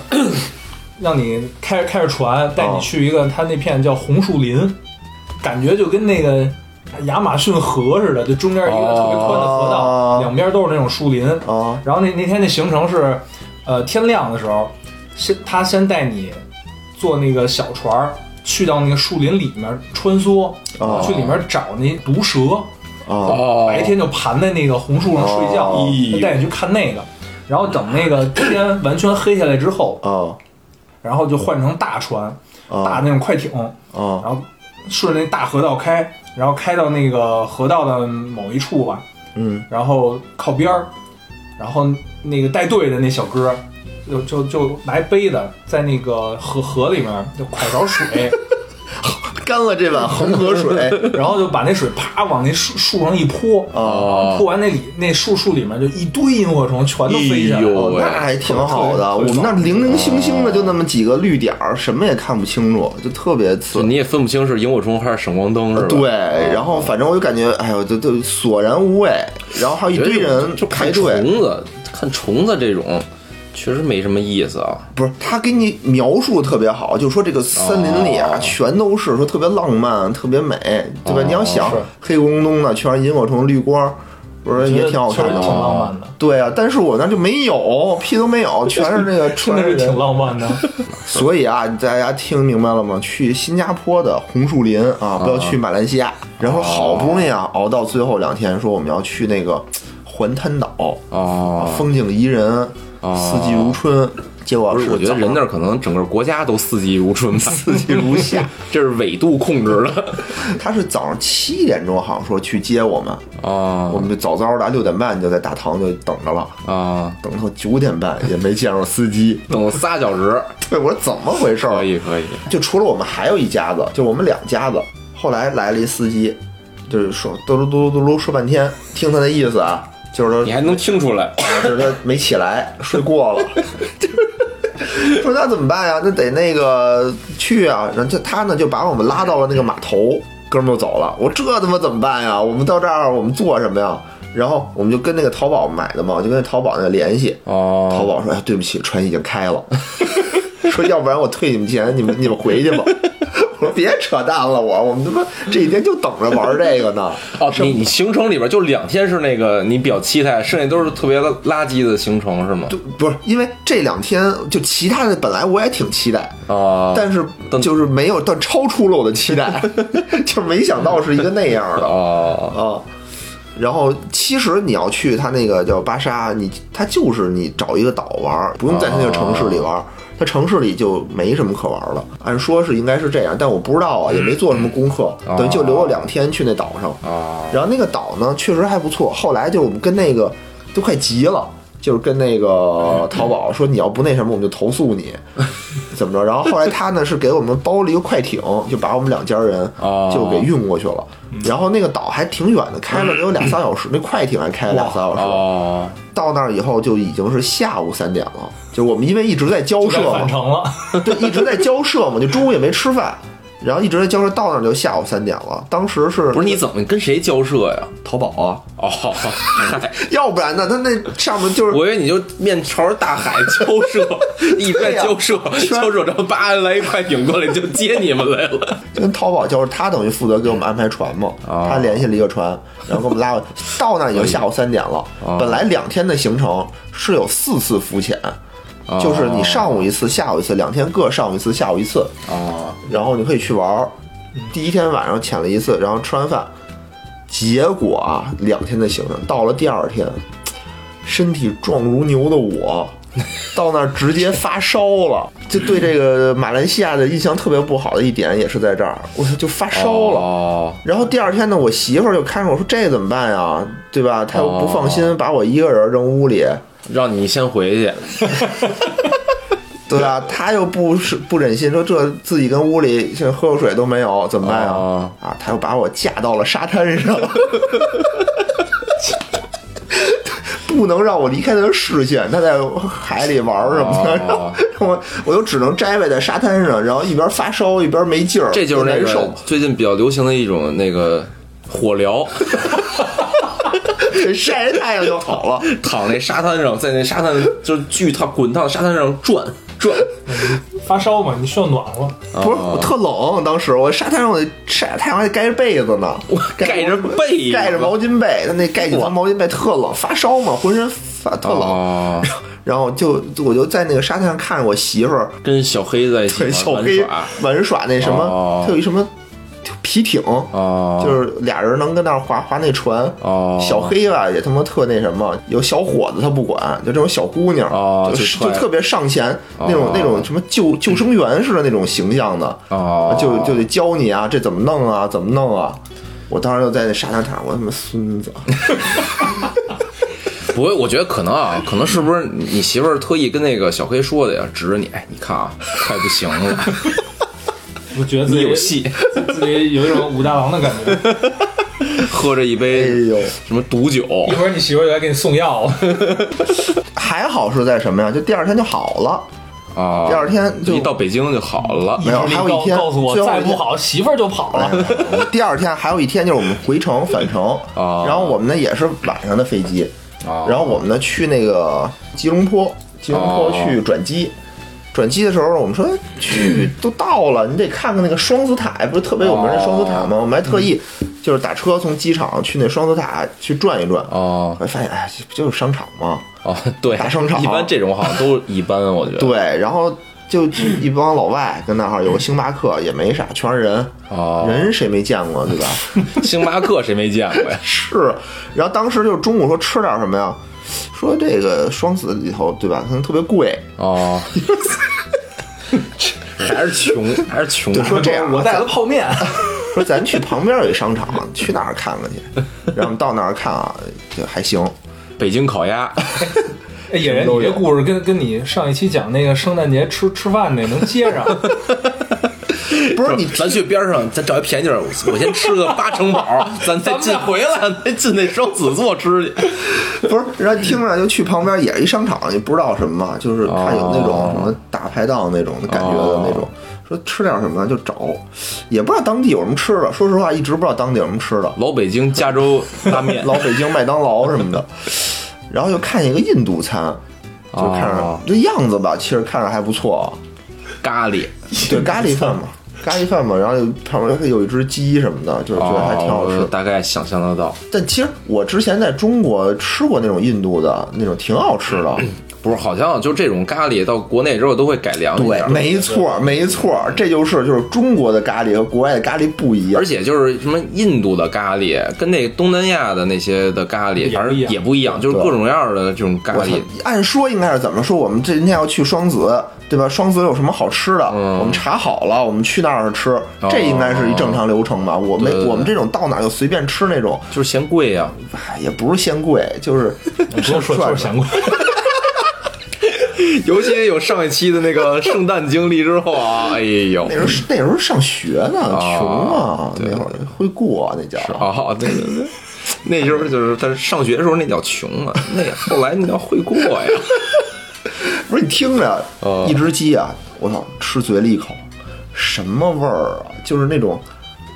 Speaker 3: 让你开着开着船带你去一个它那片叫红树林，感觉就跟那个亚马逊河似的，就中间一个特别宽的河道，
Speaker 2: 哦
Speaker 3: 两边都是那种树林。
Speaker 2: 啊
Speaker 3: 然后那那天那行程是，呃，天亮的时候，先他先带你坐那个小船儿去到那个树林里面穿梭，
Speaker 2: 哦
Speaker 3: 去里面找那毒蛇，
Speaker 2: 啊
Speaker 1: 哦，
Speaker 3: 白天就盘在那个红树上睡觉，
Speaker 2: 哦
Speaker 3: 他带你去看那个。然后等那个天完全黑下来之后，
Speaker 2: 啊
Speaker 3: 然后就换成大船，大
Speaker 2: 啊
Speaker 3: 那种快艇，
Speaker 2: 啊
Speaker 3: 然后顺着那大河道开，然后开到那个河道的某一处吧，
Speaker 2: 嗯
Speaker 3: 然后靠边儿，然后那个带队的那小哥儿就就就拿一杯子在那个河河里面就蒯勺 水，
Speaker 2: 干了这碗恒河 水
Speaker 3: 然后就把那水啪往那树树上一泼，
Speaker 2: 啊。
Speaker 1: 哦
Speaker 3: 泼完那里那树树里面就一堆萤火虫全都飞下
Speaker 1: 哎
Speaker 3: 来了。
Speaker 1: 呦喂
Speaker 2: 那还挺好的，
Speaker 3: 特
Speaker 2: 我
Speaker 3: 别特别啊
Speaker 2: 们那
Speaker 3: 棒
Speaker 2: 零零星星的就那么几个绿点儿，什么也看不清楚，就特别
Speaker 1: 就
Speaker 2: 次。
Speaker 1: 你也分不清是萤火虫还是闪光灯是吧？
Speaker 2: 对，然后啊反正我就感觉，哎呦，就就索然无味。然后还有一
Speaker 1: 觉得
Speaker 2: 堆
Speaker 1: 这种
Speaker 2: 人
Speaker 1: 就
Speaker 2: 排
Speaker 1: 看
Speaker 2: 队，
Speaker 1: 虫子，看虫子这种确实没什么意思啊。
Speaker 2: 不是他给你描述得特别好，就说这个森林里啊，
Speaker 1: 哦
Speaker 2: 全都是说特别浪漫、特别美，对吧？
Speaker 1: 哦
Speaker 2: 你要想
Speaker 3: 是
Speaker 2: 黑咕隆咚的，全是萤火虫、绿光，不是也挺好看
Speaker 3: 确
Speaker 2: 的
Speaker 3: 实挺
Speaker 2: 吗？
Speaker 3: 浪漫的，
Speaker 2: 对啊，但是我那就没有，屁都没有，全是那个
Speaker 3: 真
Speaker 2: 全
Speaker 3: 的
Speaker 2: 是
Speaker 3: 是
Speaker 2: 人
Speaker 3: 挺浪 漫的。
Speaker 2: 所以啊，大家听明白了吗？去新加坡的红树林啊，不要去马来西亚。然后好不容易啊，熬到最后两天，说我们要去那个环滩岛，
Speaker 1: 哦，
Speaker 2: 风景宜人，
Speaker 1: 哦
Speaker 2: 四季如春。结果
Speaker 1: 不是，我觉得人那
Speaker 2: 那
Speaker 1: 儿可能整个国家都四季如春吧， 四季如夏，这是纬度控制的。
Speaker 2: 他是早上七点钟好像说去接我们，
Speaker 1: 啊
Speaker 2: 我们就早早的六点半就在大堂就等着了，
Speaker 1: 啊，
Speaker 2: 等到九点半也没见着司机。
Speaker 1: 等了仨小时，
Speaker 2: 对，我说怎么回事儿？
Speaker 1: 可以可以。
Speaker 2: 就除了我们还有一家子，就我们两家子。后来来了一司机，就是说嘟噜嘟噜嘟噜说半天，听他那意思啊，就是说
Speaker 1: 你还能听出来？
Speaker 2: 就是他没起来，睡过了。 就是说那怎么办呀？那得那个去啊，然后就他呢就把我们拉到了那个码头，哥们儿就走了。我这他妈怎么办呀？我们到这儿我们做什么呀？然后我们就跟那个淘宝买的嘛，我就跟淘宝那个联系，淘
Speaker 1: 哦，
Speaker 2: 宝说：“哎，对不起，船已经开了。” 说要不然我退你们钱，你们你们回去吧。 我说别扯淡了我，我们他妈这几天就等着玩这个呢。
Speaker 1: 哦，你你行程里边就两天是那个你比较期待，剩下都是特别垃圾的行程是吗？
Speaker 2: 就不是因为这两天就其他的本来我也挺期待，
Speaker 1: 啊，
Speaker 2: 但是就是没有，但超出了我的期待，就没想到是一个那样的
Speaker 1: 哦
Speaker 2: 啊。然后其实你要去他那个叫巴沙，你它就是你找一个岛玩儿，不用在他那个城市里玩
Speaker 1: 哦
Speaker 2: 儿。它城市里就没什么可玩儿了，按说是应该是这样，但我不知道啊，也没做什么功课，等于就留了两天去那岛上。
Speaker 1: 哦
Speaker 2: 然后那个岛呢，确实还不错。后来就是我们跟那个都快急了，就是跟那个淘宝说你要不那什么，我们就投诉 你，怎么着？然后后来他呢是给我们包了一个快艇，就把我们两家人
Speaker 1: 哦
Speaker 2: 就给运过去了。然后那个岛还挺远的，开了得有俩仨小时，那快艇还开了俩仨小时。
Speaker 1: 哦，
Speaker 2: 到那儿以后就已经是下午三点了，就我们因为一直在交
Speaker 3: 就
Speaker 2: 涉
Speaker 3: 该
Speaker 2: 嘛
Speaker 3: 返，程了，
Speaker 2: 对，一直在交涉嘛，就中午也没吃饭。然后一直交涉到那儿就下午三点了。当时是
Speaker 1: 不是你怎么跟谁交涉呀？淘宝啊？哦，嗨，
Speaker 2: 要不然呢？他那上面就是
Speaker 1: 我以为你就面朝着大海交 涉，一边交涉，交涉着叭来一快艇过来就接你们来了。
Speaker 2: 跟淘宝交涉，他等于负责给我们安排船嘛，
Speaker 1: 哦
Speaker 2: 他联系了一个船，然后给我们拉过去。到那儿已经下午三点了，本来两天的行程是有四次浮潜，就是你上午一次，下午一次，两天各上午一次，下午一次，
Speaker 1: 啊，
Speaker 2: 然后你可以去玩儿。第一天晚上潜了一次，然后吃完饭，结果啊，两天的行程到了第二天，身体壮如牛的我， 到那儿直接发烧了。就对这个马来西亚的印象特别不好的一点也是在这儿，我就发烧了。
Speaker 1: 了。
Speaker 2: 然后第二天呢，我媳妇儿就看着我说：“这怎么办呀？对吧？”她又不放心把我一个人扔屋里，
Speaker 1: 让你先回去，
Speaker 2: 对吧？她又不是不忍心说这自己跟屋里现在喝口水都没有，怎么办呀？
Speaker 1: 哦
Speaker 2: 啊，她又把我架到了沙滩上， 不能让我离开她的视线，她在海里玩儿什么的，然后
Speaker 1: 哦
Speaker 2: 让我我就只能摘位在沙滩上，然后一边发烧一边没劲儿，
Speaker 1: 这就是那
Speaker 2: 难受
Speaker 1: 个，最近比较流行的一种那个火疗，
Speaker 2: 晒晒太阳就好了。
Speaker 1: 躺在沙滩上，在那沙滩就是巨烫滚烫的沙滩上转转，
Speaker 3: 发烧嘛，你需要暖和。
Speaker 1: 啊
Speaker 2: 不是，我特冷，当时我沙滩上我得晒太阳还盖着被子呢，
Speaker 1: 我盖着被子
Speaker 2: 盖着毛巾被，他那盖几层毛巾被特冷，发烧嘛，浑身发特冷，
Speaker 1: 哦，
Speaker 2: 然后就我就在那个沙滩上看着我媳妇儿
Speaker 1: 跟小黑在一起
Speaker 2: 对小
Speaker 1: 玩
Speaker 2: 黑
Speaker 1: 耍，
Speaker 2: 玩耍那什么
Speaker 1: 哦，
Speaker 2: 他有一什么皮艇，
Speaker 1: 哦，
Speaker 2: 就是俩人能跟那儿划划那船。
Speaker 1: 哦，
Speaker 2: 小黑吧也他妈特那什么，有小伙子他不管，就这种小姑娘，
Speaker 1: 哦
Speaker 2: 就是
Speaker 1: 就
Speaker 2: 就
Speaker 1: 踹
Speaker 2: 特别上前那种那种什么救救生员似的那种形象的，
Speaker 1: 哦，
Speaker 2: 就就得教你啊，这怎么弄啊，怎么弄啊。我当时就在那沙滩上，我他妈孙子，
Speaker 1: 不会，我觉得可能啊，可能是不是你媳妇儿特意跟那个小黑说的呀？指着你，哎，你看啊，快不行 了，
Speaker 3: 我觉得自
Speaker 1: 你
Speaker 3: 己
Speaker 1: 有，戏，
Speaker 3: 自己有一种武大郎的感觉。
Speaker 1: 喝着一
Speaker 2: 哎
Speaker 1: 杯
Speaker 2: 呦，
Speaker 1: 什么毒酒，
Speaker 3: 一会儿你媳妇儿就来给你送药，
Speaker 2: 还好是在什么呀？就第二天就好了，
Speaker 1: 啊，
Speaker 2: 第二天就
Speaker 1: 一到北京就好了
Speaker 3: 意，
Speaker 2: 没有
Speaker 3: 志力
Speaker 2: 还有一
Speaker 3: 告
Speaker 2: 天
Speaker 3: 告诉我
Speaker 2: 最后一
Speaker 3: 再不
Speaker 2: 天
Speaker 3: 好，媳妇儿就跑了。
Speaker 2: 哎我第二天还有一天就是我们回程返程，
Speaker 1: 哦
Speaker 2: 然后我们呢也是晚上的飞机，
Speaker 1: 哦
Speaker 2: 然后我们呢去那个吉隆坡，吉隆坡
Speaker 1: 哦
Speaker 2: 去转机。转机的时候，我们说哎去都到了，你得看看那个双子塔，不是特别有名
Speaker 1: 哦
Speaker 2: 的双子塔吗？我们还
Speaker 1: 嗯
Speaker 2: 特意就是打车从机场去那双子塔去转一转，
Speaker 1: 哦
Speaker 2: 我发现哎，这不就是商场吗？
Speaker 1: 哦，对，
Speaker 2: 大商场
Speaker 1: 一般这种好像都一般，我觉得，
Speaker 2: 对，然后就一帮老外跟那儿有个星巴克，也没啥，全是人，
Speaker 1: 哦
Speaker 2: 人谁没见过对吧？
Speaker 1: 星巴克谁没见过呀？
Speaker 2: 是，然后当时就是中午说吃点什么呀？说这个双子里头对吧，可能特别贵，
Speaker 1: 哦，还是穷，还是穷，啊
Speaker 2: 对 说这样啊
Speaker 3: 我带了泡 面，
Speaker 2: 说咱去旁边有一商场，去那儿看看去。然后我们到那儿看啊，就还行。
Speaker 1: 北京烤鸭，
Speaker 3: 哎野人，你这故事跟跟你上一期讲那个圣诞节吃吃饭那能 接上，
Speaker 2: 不是你
Speaker 1: 咱去边上，咱找一便宜地儿，我先吃个八成 饱，咱再进回来，再进那双子座吃去。
Speaker 2: 不是，然后听着就去旁边也是一商场，也不知道什么嘛，就是它有那种
Speaker 1: 哦
Speaker 2: 什么大排档那种感觉的那种。说吃点什么就找，也不知道当地有什么吃的。说实话，一直不知道当地有什么吃的。
Speaker 1: 老北京加州拉面，
Speaker 2: 老北京麦当劳什么的， 然后就看见一个印度餐，就看着哎
Speaker 1: 哦
Speaker 2: 这样子吧，其实看着还不错，
Speaker 1: 咖喱，
Speaker 2: 对咖喱饭嘛，咖喱饭嘛，然后有旁边有一只鸡什么的，就是觉得还挺好吃
Speaker 1: 哦。大概想象得到。
Speaker 2: 但其实我之前在中国吃过那种印度的那种，挺好吃的。
Speaker 1: 不是，好像就这种咖喱到国内之后都会改良一
Speaker 2: 对
Speaker 1: 下，，
Speaker 2: 没错，没错，这就是就是中国的咖喱和国外的咖喱不一样
Speaker 1: 而。且就是什么印度的咖喱，跟那东南亚的那些的咖喱，
Speaker 3: 也
Speaker 1: 反正
Speaker 3: 不一样
Speaker 1: 也不一样，就是
Speaker 2: 对
Speaker 1: 各种各样的这种咖
Speaker 2: 我操
Speaker 1: 喱。！
Speaker 2: 按说应该是怎么说？我们这今天要去双子，对吧？双子有什么好吃的？我们查好了，我们去那儿吃，这应该是一正常流程吧？我们
Speaker 1: 对对对
Speaker 2: 我们这种到哪儿就随便吃那种，
Speaker 1: 就是嫌贵啊呀、
Speaker 2: 哎也不是嫌贵，就是
Speaker 3: 不用说
Speaker 2: 涮
Speaker 3: 就是想过。
Speaker 1: 尤其有上一期的那 个圣诞经历之后啊，哎呦
Speaker 2: 那，时候那时候上学呢，穷啊，
Speaker 1: 对
Speaker 2: 那会儿会过那叫。
Speaker 1: 哦，对对对，那时候就是他上学的时候那叫穷啊，那后来那叫会过呀。
Speaker 2: 不是你听着
Speaker 1: 哦，
Speaker 2: 一只鸡啊，我操，吃嘴里一口，什么味儿啊？就是那种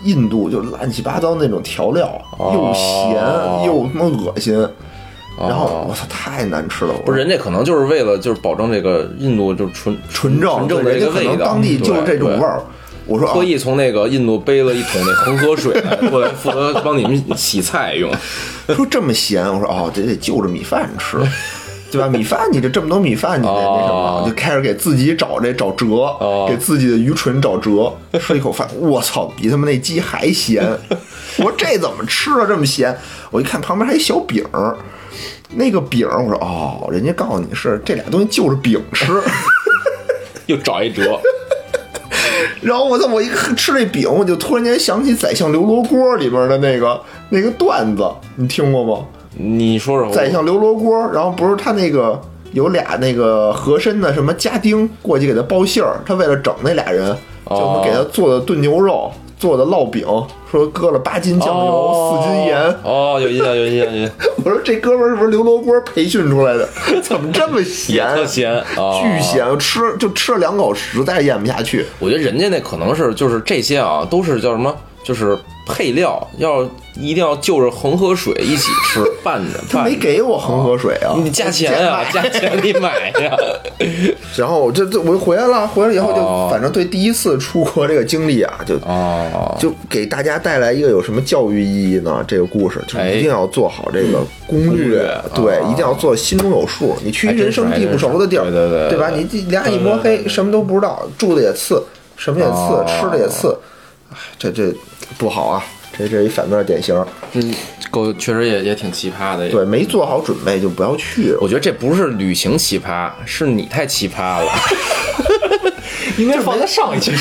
Speaker 2: 印度就是乱七八糟那种调料，又
Speaker 1: 哦
Speaker 2: 咸又他妈恶心，然后
Speaker 1: 哦
Speaker 2: 我操太难吃了，我
Speaker 1: 不是人家可能就是为了就是保证这个印度就是纯
Speaker 2: 纯正，
Speaker 1: 纯正的
Speaker 2: 对
Speaker 1: 这
Speaker 2: 人
Speaker 1: 个
Speaker 2: 家可
Speaker 1: 味
Speaker 2: 能
Speaker 1: 道，嗯
Speaker 2: 当地就是这种味
Speaker 1: 对。
Speaker 2: 儿。我说啊
Speaker 1: 特，意从那个印度背了一桶那恒河 水来过来，负责帮你们洗菜用。
Speaker 2: 说这么咸，我说哦，这得就着米饭 吃，对吧？米饭你这这么多米饭，你得那什
Speaker 1: 哦，
Speaker 2: 么就开始给自己找这找辙，
Speaker 1: 哦
Speaker 2: 给自己的愚蠢找辙。吃一口饭，我操，比他们那鸡 还咸！我说这怎么吃啊？这么咸！我一看旁边还有小饼儿，那个饼儿，我说哦，人家告诉你是这俩东西就是饼 吃。
Speaker 1: 又找一辙，
Speaker 2: 然后我在我一看吃那饼，我就突然间想起《宰相刘罗锅》里边的那个那个段子，你听过吗？
Speaker 1: 你说说，
Speaker 2: 宰相刘罗锅，然后不是他那个有俩那个和珅的什么家丁过去给他包信儿，他为了整那俩人，
Speaker 1: 哦
Speaker 2: 就他妈给他做的炖牛肉，做的烙饼，说搁了八斤酱油、
Speaker 1: 哦
Speaker 2: 四斤盐。
Speaker 1: 哦，有印象，有印象，有 印象，
Speaker 2: 我说这哥们儿是不是刘罗锅培训出来的？ 怎么这么
Speaker 1: 也
Speaker 2: 咸？
Speaker 1: 特咸，哦
Speaker 2: 巨咸，吃就吃了两口，实在咽不下去。
Speaker 1: 我觉得人家那可能是就是这些啊，都是叫什么，就是配料，要一定要就着恒河水一起吃拌着，
Speaker 2: 他
Speaker 1: 拌
Speaker 2: 没
Speaker 1: 着。
Speaker 2: 给我恒河水啊！
Speaker 1: 哦你加钱呀、加钱你买呀、
Speaker 2: 然后我这这我回来了，回来以后就
Speaker 1: 哦
Speaker 2: 反正对第一次出国这个经历啊，就
Speaker 1: 哦，
Speaker 2: 就给大家带来一个有什么教育意义呢？这个故事就是
Speaker 1: 哎
Speaker 2: 一定要做好这个攻略，
Speaker 1: 攻略
Speaker 2: 对，
Speaker 1: 啊
Speaker 2: 一定要做心中有数。你去一
Speaker 1: 还真
Speaker 2: 人
Speaker 1: 是
Speaker 2: 生地不熟的地儿，
Speaker 1: 还真是对对对对
Speaker 2: 吧？你这俩一摸黑，什么都不知道，住的也次，什么也次，
Speaker 1: 哦
Speaker 2: 吃的也次，哎，这这不好啊！这这一反面典型，
Speaker 1: 嗯，狗确实也也挺奇葩的。，
Speaker 2: 对，没做好准备就不要去。
Speaker 1: 我觉得这不是旅行奇葩，是你太奇葩了。
Speaker 3: 应该放在上一期。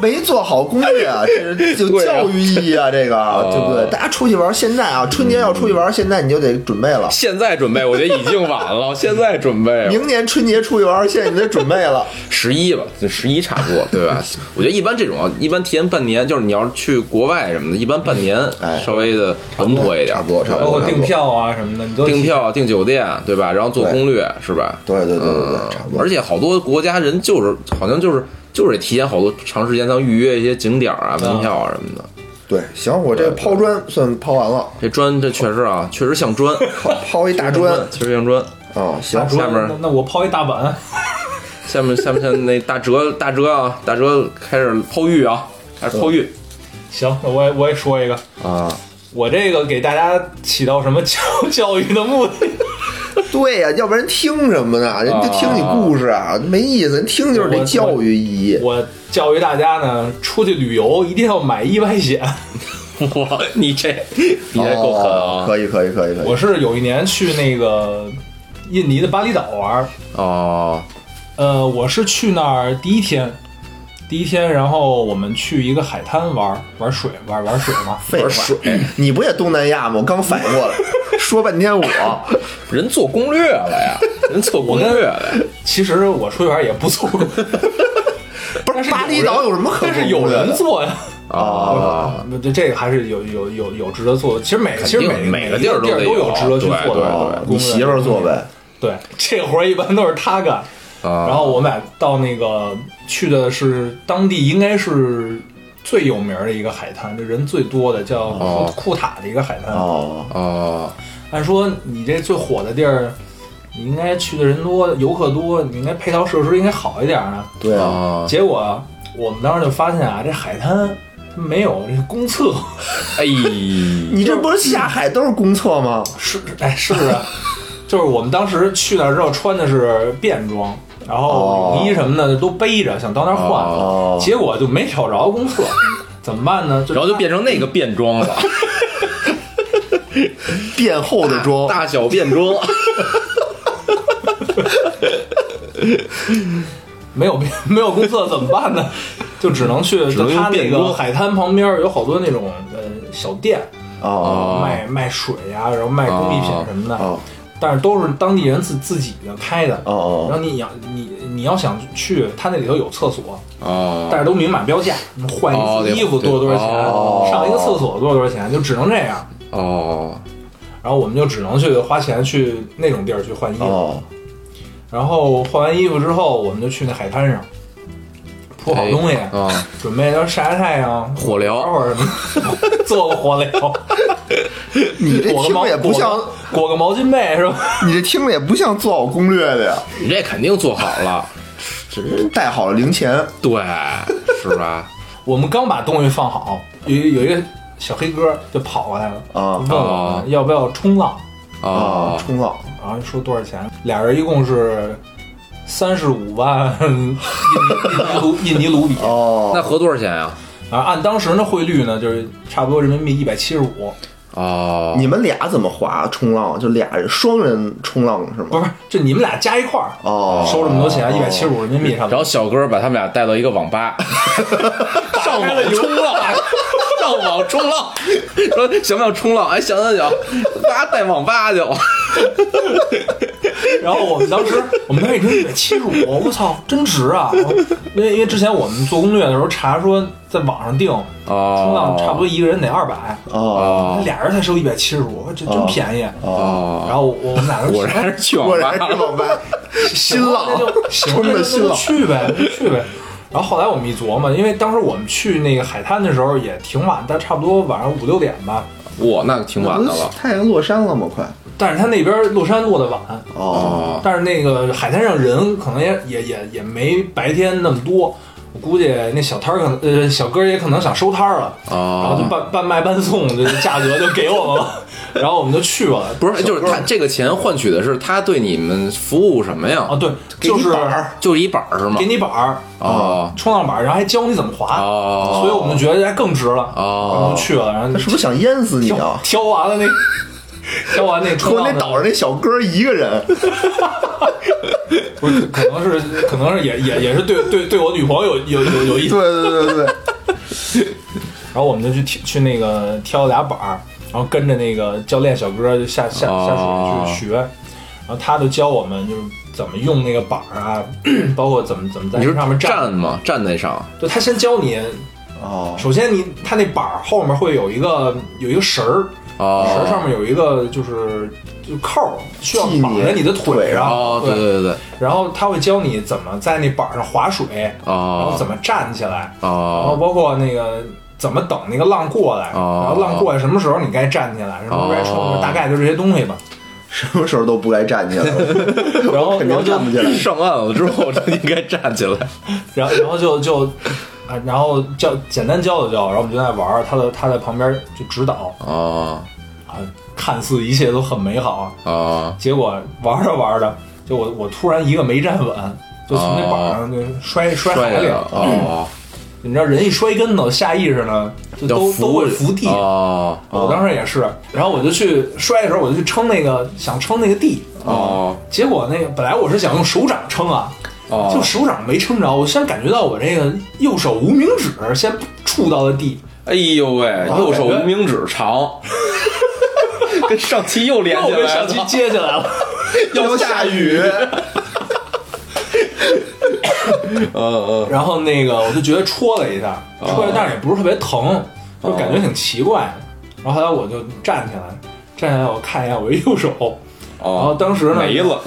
Speaker 2: 没做好攻略啊，这是有
Speaker 1: 对啊哦
Speaker 2: 教育意义啊，这个啊对不对？大家出去玩，现在啊，春节要出去玩，现在你就得准备了。
Speaker 1: 现在准备，我觉得已经晚了。现在准备
Speaker 2: 明年春节出去玩，现在你得准备了。
Speaker 1: 十一吧，就十一差不 多，对吧？我觉得一般这种啊，一般提前半年，就是你要去国外什么的，一般半年
Speaker 2: 哎
Speaker 1: 稍微的稳妥一点，
Speaker 2: 差不多差不
Speaker 3: 包
Speaker 2: 多
Speaker 3: 括订票啊什么的，你都
Speaker 1: 订票、订酒店，啊对吧？然后做攻略，是吧？嗯
Speaker 2: 对对对对对，差不多。
Speaker 1: 而且好多国家人就是好像就是就是得提前好多长时间，咱预约一些景点啊、门票啊什么的。
Speaker 2: 对，行，我这抛砖算抛完了，
Speaker 1: 这砖这确实啊，确实像 砖，
Speaker 2: 抛抛一大砖
Speaker 1: 确实像砖。
Speaker 2: 啊，行
Speaker 3: 大，桌
Speaker 1: 下面
Speaker 3: 那那我抛一大碗，
Speaker 1: 下面下面下面那大哲大哲啊，大哲开始抛玉啊，开始抛玉
Speaker 3: 行，那我也我也说一个，
Speaker 1: 啊。
Speaker 3: 我这个给大家起到什么教 教育的目的？
Speaker 2: 对呀、要不然听什么呢？人家听你故事啊，没意思，人听就是这教育意义。
Speaker 3: 我教育大家呢，出去旅游一定要买意外险。
Speaker 1: 哇， 你这你这够狠
Speaker 2: 哦
Speaker 1: 啊！
Speaker 2: 可以可以可以可以
Speaker 3: 我，是有一年去那个印尼的巴厘岛玩儿，
Speaker 1: 哦，
Speaker 3: 呃，我是去那儿第一天，第一天，然后我们去一个海滩玩儿玩水玩玩水嘛，
Speaker 2: 废话，你不也东南亚吗？我刚反应过来，说半天我，
Speaker 1: 人做攻略了 呀，人做攻略了呀。
Speaker 3: 其实我出去玩也不 错，
Speaker 2: 不是巴厘岛有什么可
Speaker 3: 但是有
Speaker 2: 攻略的
Speaker 3: 人做呀。
Speaker 1: 啊，
Speaker 3: 那这这个还是有有有有值得做的。其实每其实每
Speaker 1: 定每
Speaker 3: 个
Speaker 1: 个
Speaker 3: 地
Speaker 1: 地
Speaker 3: 儿
Speaker 1: 儿
Speaker 3: 都
Speaker 1: 都得有
Speaker 3: 有值得去
Speaker 1: 对
Speaker 3: 做
Speaker 1: 对对
Speaker 3: 的
Speaker 2: 哦
Speaker 3: 攻略。
Speaker 2: 你媳妇儿做呗。
Speaker 3: 对 这活儿一般都是他干。
Speaker 1: 啊
Speaker 3: 然后我们俩到那个去的是当地应该是最有名儿的一个海滩，这人最多的叫库库塔的一个海滩。
Speaker 2: 哦，
Speaker 1: 哦，
Speaker 3: 按说你这最火的地儿，你应该去的人多，游客多，你应该配套设施应该好一点啊。
Speaker 2: 对啊，
Speaker 1: 啊，
Speaker 3: 结果我们当时就发现啊，这海滩它没有这公厕，
Speaker 1: 哎，
Speaker 2: 你这不是下海都是公厕吗？
Speaker 3: 是哎是啊，就是我们当时去那儿之后穿的是便装，然后
Speaker 2: 哦
Speaker 3: 泳衣什么的都背着，想到那儿换，
Speaker 2: 哦
Speaker 3: 结果就没找着公厕，怎么办呢？
Speaker 1: 然后就变成那个变装了，
Speaker 2: 变厚的妆，
Speaker 1: 大小变装。
Speaker 3: 没有便没有公厕怎么办呢？就只能去
Speaker 1: 能用
Speaker 3: 他那
Speaker 1: 便
Speaker 3: 个
Speaker 1: 装
Speaker 3: 海滩旁边有好多那种呃小店，
Speaker 2: 哦
Speaker 1: 哦
Speaker 3: 卖卖水呀、然后卖工艺品什么的，
Speaker 2: 哦
Speaker 3: 但是都是当地人自自己的开的。
Speaker 2: 哦
Speaker 3: 然
Speaker 2: 哦，
Speaker 3: 后你要你你要想去，他那里头有厕所，
Speaker 1: 哦
Speaker 3: 但是都明码标价，换
Speaker 1: 哦
Speaker 3: 一
Speaker 1: 得
Speaker 3: 次衣服多少多少钱，
Speaker 1: 哦
Speaker 3: 上一个厕所多少多少钱，就只能这样。
Speaker 1: 哦，
Speaker 3: 然后我们就只能去花钱去那种地儿去换衣服。
Speaker 2: 哦，
Speaker 3: 然后换完衣服之后，我们就去那海滩上。铺
Speaker 2: 哎
Speaker 3: 好东西，
Speaker 2: 哦
Speaker 1: 啊，
Speaker 3: 准备要晒晒太阳，
Speaker 1: 火
Speaker 3: 玩
Speaker 1: 疗
Speaker 3: 会儿什么， 做个火疗，
Speaker 2: 你这
Speaker 3: 裹个
Speaker 2: 听
Speaker 3: 毛
Speaker 2: 着也不像，
Speaker 3: 裹个裹个毛巾被是吧？
Speaker 2: 你这听着也不像做好攻略的呀，
Speaker 1: 你这肯定做好了，
Speaker 2: 只是带好了零钱。
Speaker 1: 对，是吧？
Speaker 3: 我们刚把东西放好，有有一个小黑哥就跑过来了，
Speaker 2: 啊
Speaker 3: 问我们要不要冲浪，
Speaker 2: 啊
Speaker 1: 啊，，
Speaker 2: 冲浪
Speaker 3: 然后说多少钱，俩人一共是三十五万印尼卢印尼卢比，
Speaker 1: 那
Speaker 2: 哦，
Speaker 1: 合多少钱啊呀？
Speaker 3: 然后按当时的汇率呢，就是差不多人民币一百七十五，
Speaker 1: 哦，
Speaker 2: 你们俩怎么滑冲浪？就俩人双人冲浪是吗？
Speaker 3: 不是，这你们俩加一块儿
Speaker 2: 哦
Speaker 3: 收这么多钱，一百七十五人民币差
Speaker 1: 然
Speaker 3: 不多。
Speaker 1: 后小哥把他们俩带到一个网 吧，上网冲浪，上网冲浪，说想不想冲浪？哎，想想想，大家带网吧去。
Speaker 3: 然后我们当时，我们当时一听一百七十五，我操，真值啊！因为因为之前我们做攻略的时候查说，在网上订
Speaker 1: 哦
Speaker 3: 冲浪差不多一个人得二百，
Speaker 2: 哦，
Speaker 1: 哦
Speaker 3: 俩人才收一百七十五，这真便宜。
Speaker 2: 啊
Speaker 1: 哦，
Speaker 3: 然后我我们俩
Speaker 1: 果
Speaker 3: 人
Speaker 1: 然是去
Speaker 2: 果
Speaker 1: 网吧
Speaker 2: 然是
Speaker 1: 了。
Speaker 2: 老 白，新浪
Speaker 3: 那就行，
Speaker 2: 冲
Speaker 3: 那
Speaker 2: 着
Speaker 3: 就
Speaker 2: 新
Speaker 3: 那就
Speaker 2: 浪，
Speaker 3: 去呗，那就去呗。然后后来我们一琢磨，因为当时我们去那个海滩的时候也挺晚，但差不多晚上五六点吧。
Speaker 1: 哇，那挺晚的了。
Speaker 2: 太阳落山了吗？快
Speaker 3: 但是他那边落山落的晚，
Speaker 2: 哦，
Speaker 1: 哦，
Speaker 3: 但是那个海滩上人可能也也也也没白天那么多，我估计那小摊儿可能呃小哥也可能想收摊儿了，
Speaker 1: 哦
Speaker 3: 然后就半半卖半送，这价格就给我们了， 然后我们就去了。
Speaker 1: 不是，就是他这个钱换取的是他对你们服务什么呀？
Speaker 3: 啊，对，
Speaker 2: 给你
Speaker 3: 就是
Speaker 2: 板儿
Speaker 1: 就是一板儿是吗
Speaker 3: 给？你板儿，
Speaker 1: 哦
Speaker 3: 冲浪板儿，然后还教你怎么滑，
Speaker 1: 哦
Speaker 3: 所以我们觉得哎更值了，
Speaker 1: 哦
Speaker 3: 然后去了，然后
Speaker 2: 他是不是想淹死你
Speaker 3: 挑
Speaker 2: 啊？
Speaker 3: 挑完了那挑完那冲
Speaker 2: 和
Speaker 3: 浪
Speaker 2: 那
Speaker 3: 的
Speaker 2: 岛上那小哥一个人，
Speaker 3: 不是，可能是可能是也也也是对对对我女朋友有有有有 意
Speaker 2: 对
Speaker 3: 思，
Speaker 2: 对对对，
Speaker 3: 然后我们就去挑去那个挑了俩板儿，然后跟着那个教练小哥就下下
Speaker 1: 哦
Speaker 3: 下水去学，然后他就教我们就是怎么用那个板儿啊，包括怎么怎么嗯在
Speaker 1: 你是
Speaker 3: 上面站，
Speaker 1: 站吗？站在上
Speaker 3: 就他先教你，
Speaker 2: 哦，
Speaker 3: 首先你他那板儿后面会有一个有一个绳儿，绳
Speaker 1: 哦
Speaker 3: 儿上面有一个就是就扣儿，需要
Speaker 2: 系
Speaker 3: 绑在
Speaker 2: 你
Speaker 3: 你的
Speaker 2: 腿
Speaker 3: 腿
Speaker 2: 上
Speaker 3: 上。
Speaker 1: 哦，对
Speaker 3: 对
Speaker 1: 对对对，
Speaker 3: 然后他会教你怎么在那板儿上划水，然后
Speaker 1: 哦
Speaker 3: 怎么站起来，然后
Speaker 1: 哦
Speaker 3: 包括那个怎么等那个浪过来，
Speaker 1: 哦
Speaker 3: 然后浪过来什么时候你该站起来，什么时候该冲，
Speaker 1: 哦
Speaker 3: 大概就这些东 西吧。
Speaker 2: 什么时候都不该站起 来，
Speaker 3: 然后
Speaker 2: 肯
Speaker 3: 然后
Speaker 2: 定
Speaker 3: 就
Speaker 2: 站不起来。
Speaker 1: 上岸了之后就应该站起来。
Speaker 3: 然后然后就就啊，然后教简单教了教，然后我们就在玩儿，他在他在旁边就指导
Speaker 1: 哦
Speaker 3: 啊，看似一切都很美好啊，
Speaker 1: 哦
Speaker 3: 结果玩着玩着，就我我突然一个没站稳，就从那板上就摔、摔
Speaker 1: 啊摔
Speaker 3: 海里
Speaker 1: 了哦，
Speaker 3: 你知道人一摔跟头，下意识呢就
Speaker 1: 要
Speaker 3: 都都会伏地。
Speaker 1: 哦
Speaker 3: 我当时也是，然后我就去摔的时候，我就去撑那个想撑那个地，
Speaker 1: 哦
Speaker 3: 结果那个本来我是想用手掌撑啊，
Speaker 1: 哦
Speaker 3: 就手掌没撑着，我先感觉到我这个右手无名指先触到了地，
Speaker 1: 哎呦喂，右手无名指 长，跟上期又连
Speaker 3: 又
Speaker 1: 起
Speaker 3: 跟
Speaker 1: 来
Speaker 3: 上
Speaker 1: 了
Speaker 3: 期。接起来了。
Speaker 2: 要下雨，
Speaker 1: 嗯
Speaker 3: 然后那个我就觉得戳了一下，戳了，但是也不是特别疼，就感觉挺奇怪的。然后后来我就站起来，站起来我看一下我这右手，
Speaker 1: 嗯，
Speaker 3: 然后
Speaker 1: 哦，
Speaker 3: 当时呢
Speaker 1: 没，了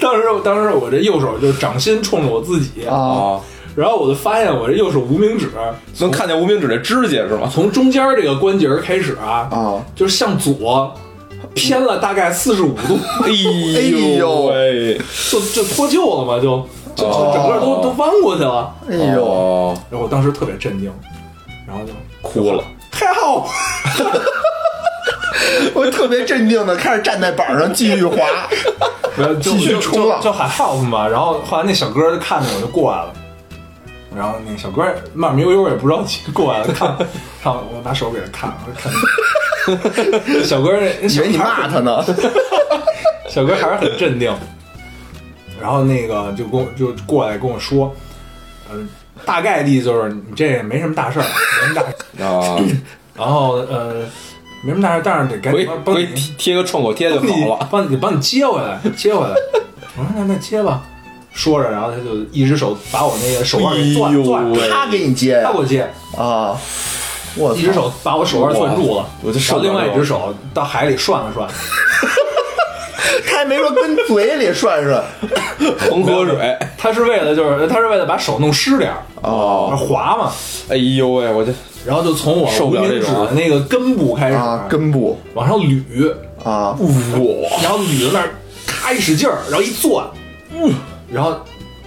Speaker 3: 当时当时我这右手就掌心冲着我自己，
Speaker 2: 啊，
Speaker 1: 哦，
Speaker 3: 然后我就发现我这右手无名指
Speaker 1: 能看见无名指的指甲是吗？
Speaker 3: 从中间这个关节儿开始啊，
Speaker 2: 啊
Speaker 3: 就是向左偏了大概四十五度，
Speaker 1: 哎呦
Speaker 2: 哎
Speaker 1: 喂，
Speaker 3: 就就脱臼了嘛，就就就整个都、
Speaker 1: 哦
Speaker 3: 都弯过去了。
Speaker 2: 哎呦，
Speaker 1: 哦，
Speaker 3: 然后我当时特别震惊，然后就
Speaker 1: 哭了。
Speaker 3: 太好，
Speaker 2: 我特别镇定的开始站在板上继续滑，
Speaker 3: 然后就
Speaker 2: 继续
Speaker 3: 就
Speaker 2: 冲浪
Speaker 3: 就就喊 help 嘛。然后后来那小哥就看着我就过来了。然后那个小哥慢慢悠悠也不着急过来了，看看我我拿手给他看，我看 小哥那
Speaker 2: 以
Speaker 3: 小
Speaker 2: 为你骂他呢。
Speaker 3: 小哥还是很镇定，然后那个就跟我就过来跟我说，嗯、大概的意思就是你这没什么大事儿，没什么大事 儿，
Speaker 1: 啊，
Speaker 3: 然后呃，没什么大事儿，但是得赶
Speaker 1: 回
Speaker 3: 紧帮
Speaker 1: 回
Speaker 3: 你
Speaker 1: 贴贴个创口贴就
Speaker 3: 帮
Speaker 1: 好
Speaker 3: 你
Speaker 1: 了。
Speaker 3: 帮你帮你接回来，接回来。我说那那接吧，说着，然后他就一只手把我那个手腕给攥
Speaker 1: 哎呦
Speaker 3: 攥，
Speaker 1: 喂
Speaker 2: 他给你接
Speaker 3: 他给我接，
Speaker 2: 啊！我
Speaker 3: 一只
Speaker 2: 操！
Speaker 3: 手把我手腕攥住了，
Speaker 1: 我就
Speaker 3: 然
Speaker 1: 受
Speaker 3: 后
Speaker 1: 不了
Speaker 3: 另外一
Speaker 1: 这
Speaker 3: 只手到海里涮了涮，
Speaker 2: 他还没说跟嘴里涮涮。
Speaker 1: 恒河水，
Speaker 3: 他是为了就是他是为了把手弄湿点儿，
Speaker 2: 哦，
Speaker 3: 滑嘛，
Speaker 1: 哎呦喂，我这
Speaker 3: 然后就从我
Speaker 1: 受
Speaker 3: 无
Speaker 1: 不了
Speaker 3: 名
Speaker 1: 这
Speaker 3: 指
Speaker 1: 种啊
Speaker 3: 的那个根部开始
Speaker 2: 啊，根部
Speaker 3: 往上捋，
Speaker 1: 哎
Speaker 2: 啊，
Speaker 1: 哇，
Speaker 3: 然后捋到那儿，咔一使劲儿，然后一攥，呜然后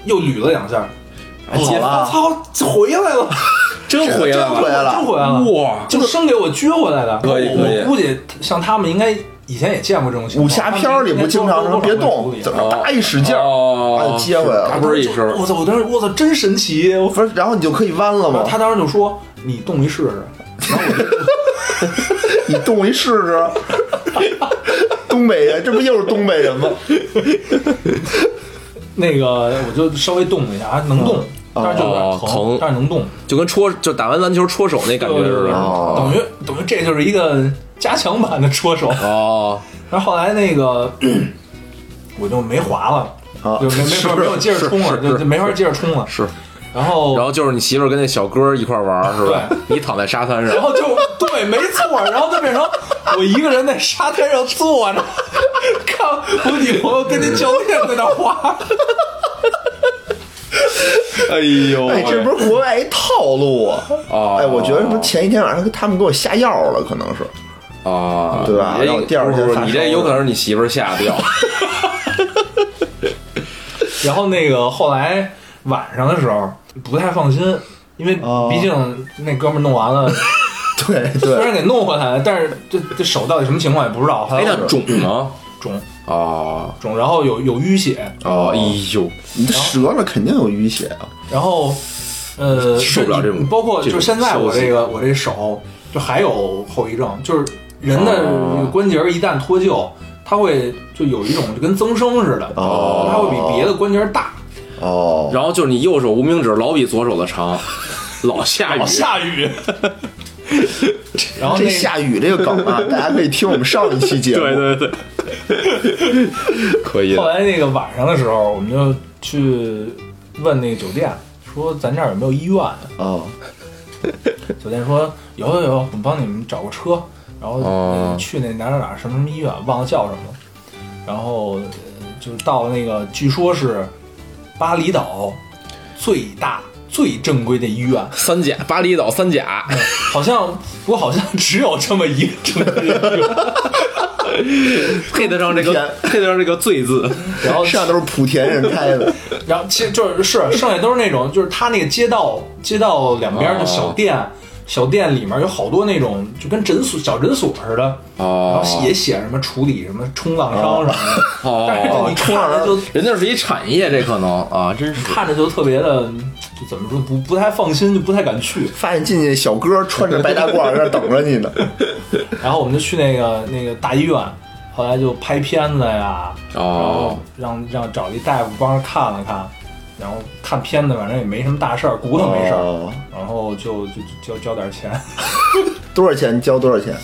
Speaker 3: 又捋了两下，
Speaker 2: 哎
Speaker 3: 姐
Speaker 2: 好
Speaker 3: 夫，
Speaker 2: 了
Speaker 3: 操，回来了，
Speaker 1: 真回来
Speaker 2: 真回
Speaker 1: 了，
Speaker 2: 来了
Speaker 3: 真回来了，
Speaker 1: 哇
Speaker 3: 就生给我撅回来的。
Speaker 1: 可以
Speaker 3: 我
Speaker 1: 可以
Speaker 3: 我估计像他们应该以前也见过这种情况。
Speaker 2: 武侠片儿里不经常说别动，怎么啪一使劲儿，把
Speaker 1: 哦
Speaker 2: 它，接回来
Speaker 1: 嘎
Speaker 2: 了。
Speaker 1: 嘣儿一
Speaker 3: 一
Speaker 1: 声，
Speaker 3: 我操！我当时我操，真神奇！我
Speaker 2: 不是，然后你就可以弯了
Speaker 3: 然
Speaker 2: 吗
Speaker 3: 后？他当时就说：“你动一试试。
Speaker 2: 你动一试试。东北人，这不又是东北人吗？”
Speaker 3: 那个我就稍微动了一下，还能动，
Speaker 2: 嗯
Speaker 3: 但是就有点
Speaker 1: 哦疼
Speaker 3: 但是能动。
Speaker 1: 就跟戳就打完篮球戳手那感觉似的。
Speaker 2: 哦
Speaker 3: 等于等于这就是一个加强版的戳手。
Speaker 1: 哦，
Speaker 3: 然后后来那个我就没滑了，
Speaker 2: 啊
Speaker 3: 就没没
Speaker 2: 是
Speaker 3: 法没有接着冲了，
Speaker 1: 是
Speaker 3: 就是就没法接着冲了。
Speaker 1: 是，
Speaker 3: 然后
Speaker 1: 然后就是你媳妇儿跟那小哥一块儿玩儿是 吧？你躺在沙滩上
Speaker 3: 然，后就对，没错，然后就变成我一个人在沙滩上坐着， 看我女朋友跟那教练在那滑。
Speaker 1: 哎呦
Speaker 2: 哎，这不是国外一套路啊！
Speaker 1: 哦
Speaker 2: 哎，我觉得什么前一天晚上他们给我下药了，可能是
Speaker 1: 啊，
Speaker 2: 对吧
Speaker 1: 你这
Speaker 2: 然后第二
Speaker 1: 不
Speaker 2: 天
Speaker 1: 是
Speaker 2: 发烧
Speaker 1: 你这有可能是你媳妇儿吓 掉，
Speaker 3: 然后那个后来晚上的时候不太放心，因为
Speaker 2: 哦
Speaker 3: 毕竟那哥们儿弄完 了，
Speaker 2: 对
Speaker 3: 虽
Speaker 2: 对
Speaker 3: 然给弄回来了，但是这这手到底什么情况也不知道。后
Speaker 1: 哎
Speaker 3: 来，
Speaker 1: 那肿呢？
Speaker 3: 肿
Speaker 1: 哦
Speaker 3: 肿，然后有有淤血，
Speaker 1: 哦，哎呦，
Speaker 2: 你这折了肯定有淤血啊！
Speaker 3: 然后，呃，
Speaker 1: 受不了这种
Speaker 3: 包括
Speaker 1: 这
Speaker 3: 就
Speaker 1: 种
Speaker 3: 是现在我
Speaker 1: 消息
Speaker 3: 这个我这手就还有后遗症，就是人的
Speaker 1: 哦
Speaker 3: 关节一旦脱臼，它会就有一种就跟增生似的，
Speaker 2: 哦
Speaker 3: 它会比别的关节大。
Speaker 2: 哦，
Speaker 1: 然后就是你右手无名指老比左手的长， 老下雨，
Speaker 3: 老下雨， 然后那
Speaker 2: 这下雨这个梗啊，大家可以听我们上一期节目。
Speaker 1: 对对对，可以
Speaker 3: 后
Speaker 1: 的，
Speaker 3: 来那个晚上的时候，我们就去问那个酒店，说咱这儿有没有医院？啊
Speaker 2: 哦，
Speaker 3: 酒店说有有有，我们帮你们找个车，然后、
Speaker 1: 哦
Speaker 3: 呃去那哪儿哪儿哪儿什么什么医院，忘了叫什么了，然后呃就是到那个据说是巴厘岛最大最正规的医院，
Speaker 1: 三甲巴厘岛三甲，
Speaker 3: 好像不过好像只有这么一个正规的医院，
Speaker 1: 配得上这
Speaker 2: 天
Speaker 1: 个配得上这个“罪”字，
Speaker 3: 然后
Speaker 2: 剩下都是莆田人开的，
Speaker 3: 然后其实就是是剩下都是那种就是他那个街道街道两边儿就小店。
Speaker 1: 哦
Speaker 3: 小店里面有好多那种就跟诊所小诊所似的，然
Speaker 1: 哦
Speaker 3: 后也写什么处理什么冲浪伤什么的， 但是
Speaker 1: 哦
Speaker 3: 你，看着就
Speaker 1: 人家是一产业，这可能啊，真是
Speaker 3: 看着就特别的，就怎么说不不太放心，就不太敢去。
Speaker 2: 发现进去小哥穿着白大褂在那等着你呢。
Speaker 3: 然后我们就去那个那个大医院，后来就拍片子呀，然后
Speaker 1: 哦，
Speaker 3: 让让找了一大夫帮着看了看，然后看片子反正也没什么大事儿，骨头没事儿，
Speaker 2: 哦
Speaker 3: 然后就就就交交点钱，
Speaker 2: 多少钱？交多少钱？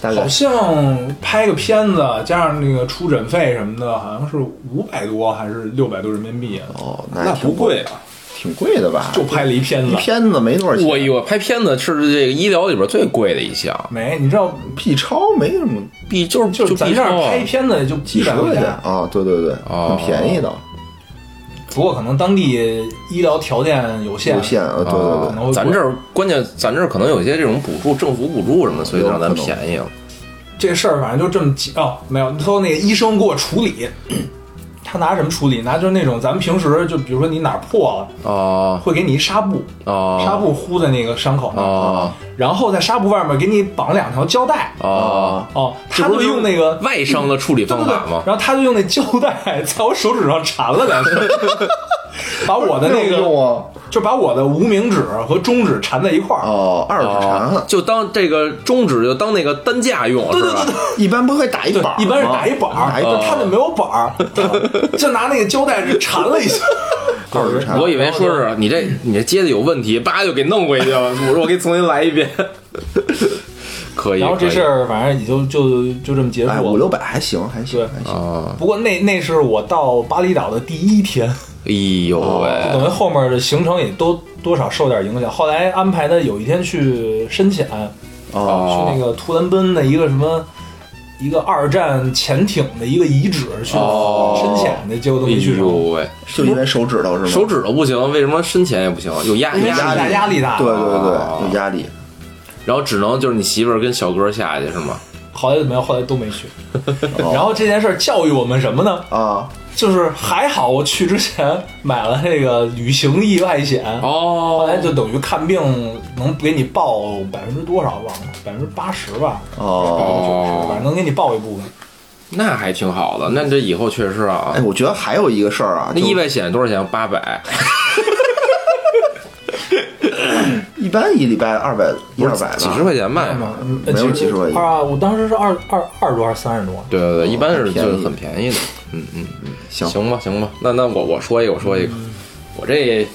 Speaker 2: 大概
Speaker 3: 好像拍个片子加上那个出诊费什么的，好像是五百多还是六百多人民币，
Speaker 2: 哦，
Speaker 1: 那
Speaker 2: 那
Speaker 1: 不贵，啊。
Speaker 2: 挺贵的吧？
Speaker 3: 就拍了一片
Speaker 2: 一
Speaker 3: 子。
Speaker 2: 片子没多少钱，
Speaker 1: 我我拍片子是这个医疗里边最贵的一项，
Speaker 3: 没，你知道，
Speaker 2: B 超没什么，
Speaker 1: 必就是
Speaker 3: 就是咱
Speaker 1: B
Speaker 3: 这
Speaker 1: 超
Speaker 3: 儿
Speaker 1: 啊
Speaker 3: 拍片子也就
Speaker 2: 几
Speaker 3: 几
Speaker 2: 十
Speaker 3: 百
Speaker 2: 块
Speaker 3: 块
Speaker 2: 钱
Speaker 3: 钱，
Speaker 2: 啊，对对对，很
Speaker 1: 哦
Speaker 2: 便宜的，
Speaker 3: 不过可能当地医疗条件有限，
Speaker 2: 有限啊，对
Speaker 1: 啊
Speaker 2: 对
Speaker 3: 可能会贵
Speaker 1: 咱这儿关键，咱这儿可能有些这种补助，政府补助什么的，所以让咱便宜了。
Speaker 3: 这事儿反正就这么几哦，没有，最后那个医生给我处理， 他拿什么处理？拿就是那种咱们平时就比如说你哪儿破了，
Speaker 1: 哦
Speaker 3: 会给你一纱布，
Speaker 1: 哦，
Speaker 3: 纱布糊在那个伤口那儿，
Speaker 1: 哦
Speaker 3: 然后在纱布外面给你绑两条胶带，
Speaker 1: 哦，
Speaker 3: 哦，
Speaker 1: 这
Speaker 3: 他
Speaker 1: 不
Speaker 3: 就是用那个。
Speaker 1: 外伤的处理
Speaker 3: 对
Speaker 1: 方
Speaker 3: 对对
Speaker 1: 法吗，？
Speaker 3: 然后他就用那胶带在我手指上缠了两下，把我的
Speaker 2: 对，
Speaker 3: 那
Speaker 2: 有
Speaker 3: 个
Speaker 2: 用啊，
Speaker 3: 就把我的无名指和中指缠在一块儿，
Speaker 2: 哦，二指
Speaker 1: 哦
Speaker 2: 禅，
Speaker 1: 就当这个中指就当那个担架用，
Speaker 3: 对对
Speaker 1: 是吧
Speaker 3: 对对
Speaker 2: 一般不会打一板儿吗，
Speaker 3: 一般是打一板儿，嗯
Speaker 2: 打一板
Speaker 3: 他
Speaker 2: 儿，
Speaker 3: 那没有板儿，就拿那个胶带缠了一下。
Speaker 2: 二指禅
Speaker 1: 我，以为说是你这你这接的有问题，叭就给弄回去了。我说我给重新来一遍，可以。
Speaker 3: 然后这事儿反正也就就就这么结
Speaker 2: 哎，
Speaker 3: 束
Speaker 2: 五
Speaker 3: 了。
Speaker 2: 六百还行，还行
Speaker 3: 对，
Speaker 2: 还
Speaker 1: 可以
Speaker 2: 行，
Speaker 1: 啊，
Speaker 3: 不过那那是我到巴厘岛的第一天，
Speaker 1: 哎呦喂，
Speaker 3: 等于后面的行程也都多少受点影响。后来安排的有一天去深潜，去
Speaker 2: 哦
Speaker 1: 哦
Speaker 3: 那个图兰奔的一个什么一个二战潜艇的一个遗址去
Speaker 1: 哦
Speaker 3: 深潜的，结果都
Speaker 1: 哎
Speaker 3: 没
Speaker 1: 呦
Speaker 3: 去成。
Speaker 1: 喂，
Speaker 2: 就因为手指头是吗？
Speaker 1: 手指头不行，为什么深潜也不行？有压
Speaker 3: 因为
Speaker 1: 压
Speaker 3: 水下
Speaker 1: 力，
Speaker 3: 压力大，
Speaker 2: 对对
Speaker 1: 哦
Speaker 2: 对，有压力。
Speaker 1: 然后只能就是你媳妇儿跟小哥下去是吗？
Speaker 3: 好歹怎么样，后来都没去。
Speaker 2: 哦
Speaker 3: 然后这件事儿教育我们什么呢？
Speaker 2: 啊，
Speaker 3: 就是还好我去之前买了这个旅行意外险，后
Speaker 1: 哦
Speaker 3: 来就等于看病能给你报百分之多少忘了，百分之八十吧，
Speaker 2: 哦，
Speaker 1: 哦
Speaker 3: 反正，能给你报一部分。
Speaker 1: 那还挺好的，那这以后确实啊
Speaker 3: 嗯
Speaker 2: 哎，，我觉得还有一个事儿啊，
Speaker 1: 那
Speaker 2: 就
Speaker 1: 意外险多少钱？八百，
Speaker 2: 一般一礼拜二百一二百吧，
Speaker 1: 几十块钱吧。
Speaker 3: 嗯
Speaker 2: 没有几十块钱
Speaker 3: 啊！我当时是二二二十多还是三十多？
Speaker 1: 对对对，一般是就
Speaker 2: 嗯很便宜
Speaker 1: 是很便宜的。嗯嗯，
Speaker 2: 行嗯
Speaker 1: 行吧行吧，那那我我说一个我说一个，我这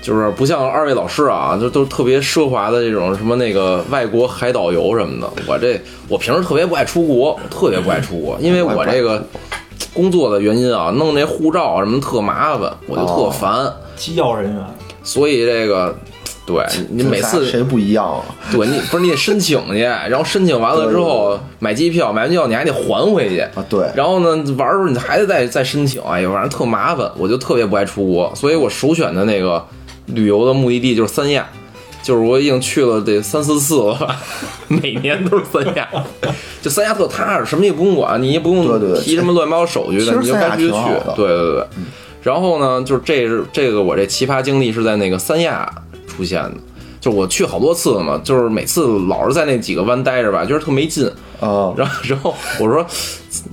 Speaker 1: 就是不像二位老师啊，就都特别奢华的这种什么那个外国海岛游什么的。我这我平时特别不爱出国，特别不爱出国，因为我这个工作的原因啊，弄这护照啊什么特麻烦，我就特
Speaker 2: 哦
Speaker 1: 烦。
Speaker 3: 机要人员
Speaker 1: 所以这个，对你每次
Speaker 2: 谁不一样啊？
Speaker 1: 对你不是你得申请去，然后申请完了之后买机票，买完机票你还得还回去。
Speaker 2: 啊，对，
Speaker 1: 然后呢，玩的时候你还得再再申请，哎呀，反正特麻烦，我就特别不爱出国，所以我首选的那个旅游的目的地就是三亚，就是我已经去了得三四次了 吧，每年都是三亚，就三亚特踏实，什么也不用管，你也不
Speaker 2: 对对
Speaker 1: 用
Speaker 2: 对
Speaker 1: 提什么乱七八糟手续
Speaker 2: 其
Speaker 1: 的，
Speaker 2: 实
Speaker 1: 你就
Speaker 2: 三亚
Speaker 1: 该去就
Speaker 2: 挺
Speaker 1: 去
Speaker 2: 好的，嗯
Speaker 1: 对对对。然后呢，就是这是这个我这奇葩经历是在那个三亚出现的，就是我去好多次了嘛，就是每次老是在那几个湾待着吧，觉得特没劲。
Speaker 2: 啊，
Speaker 1: 然后然后我说，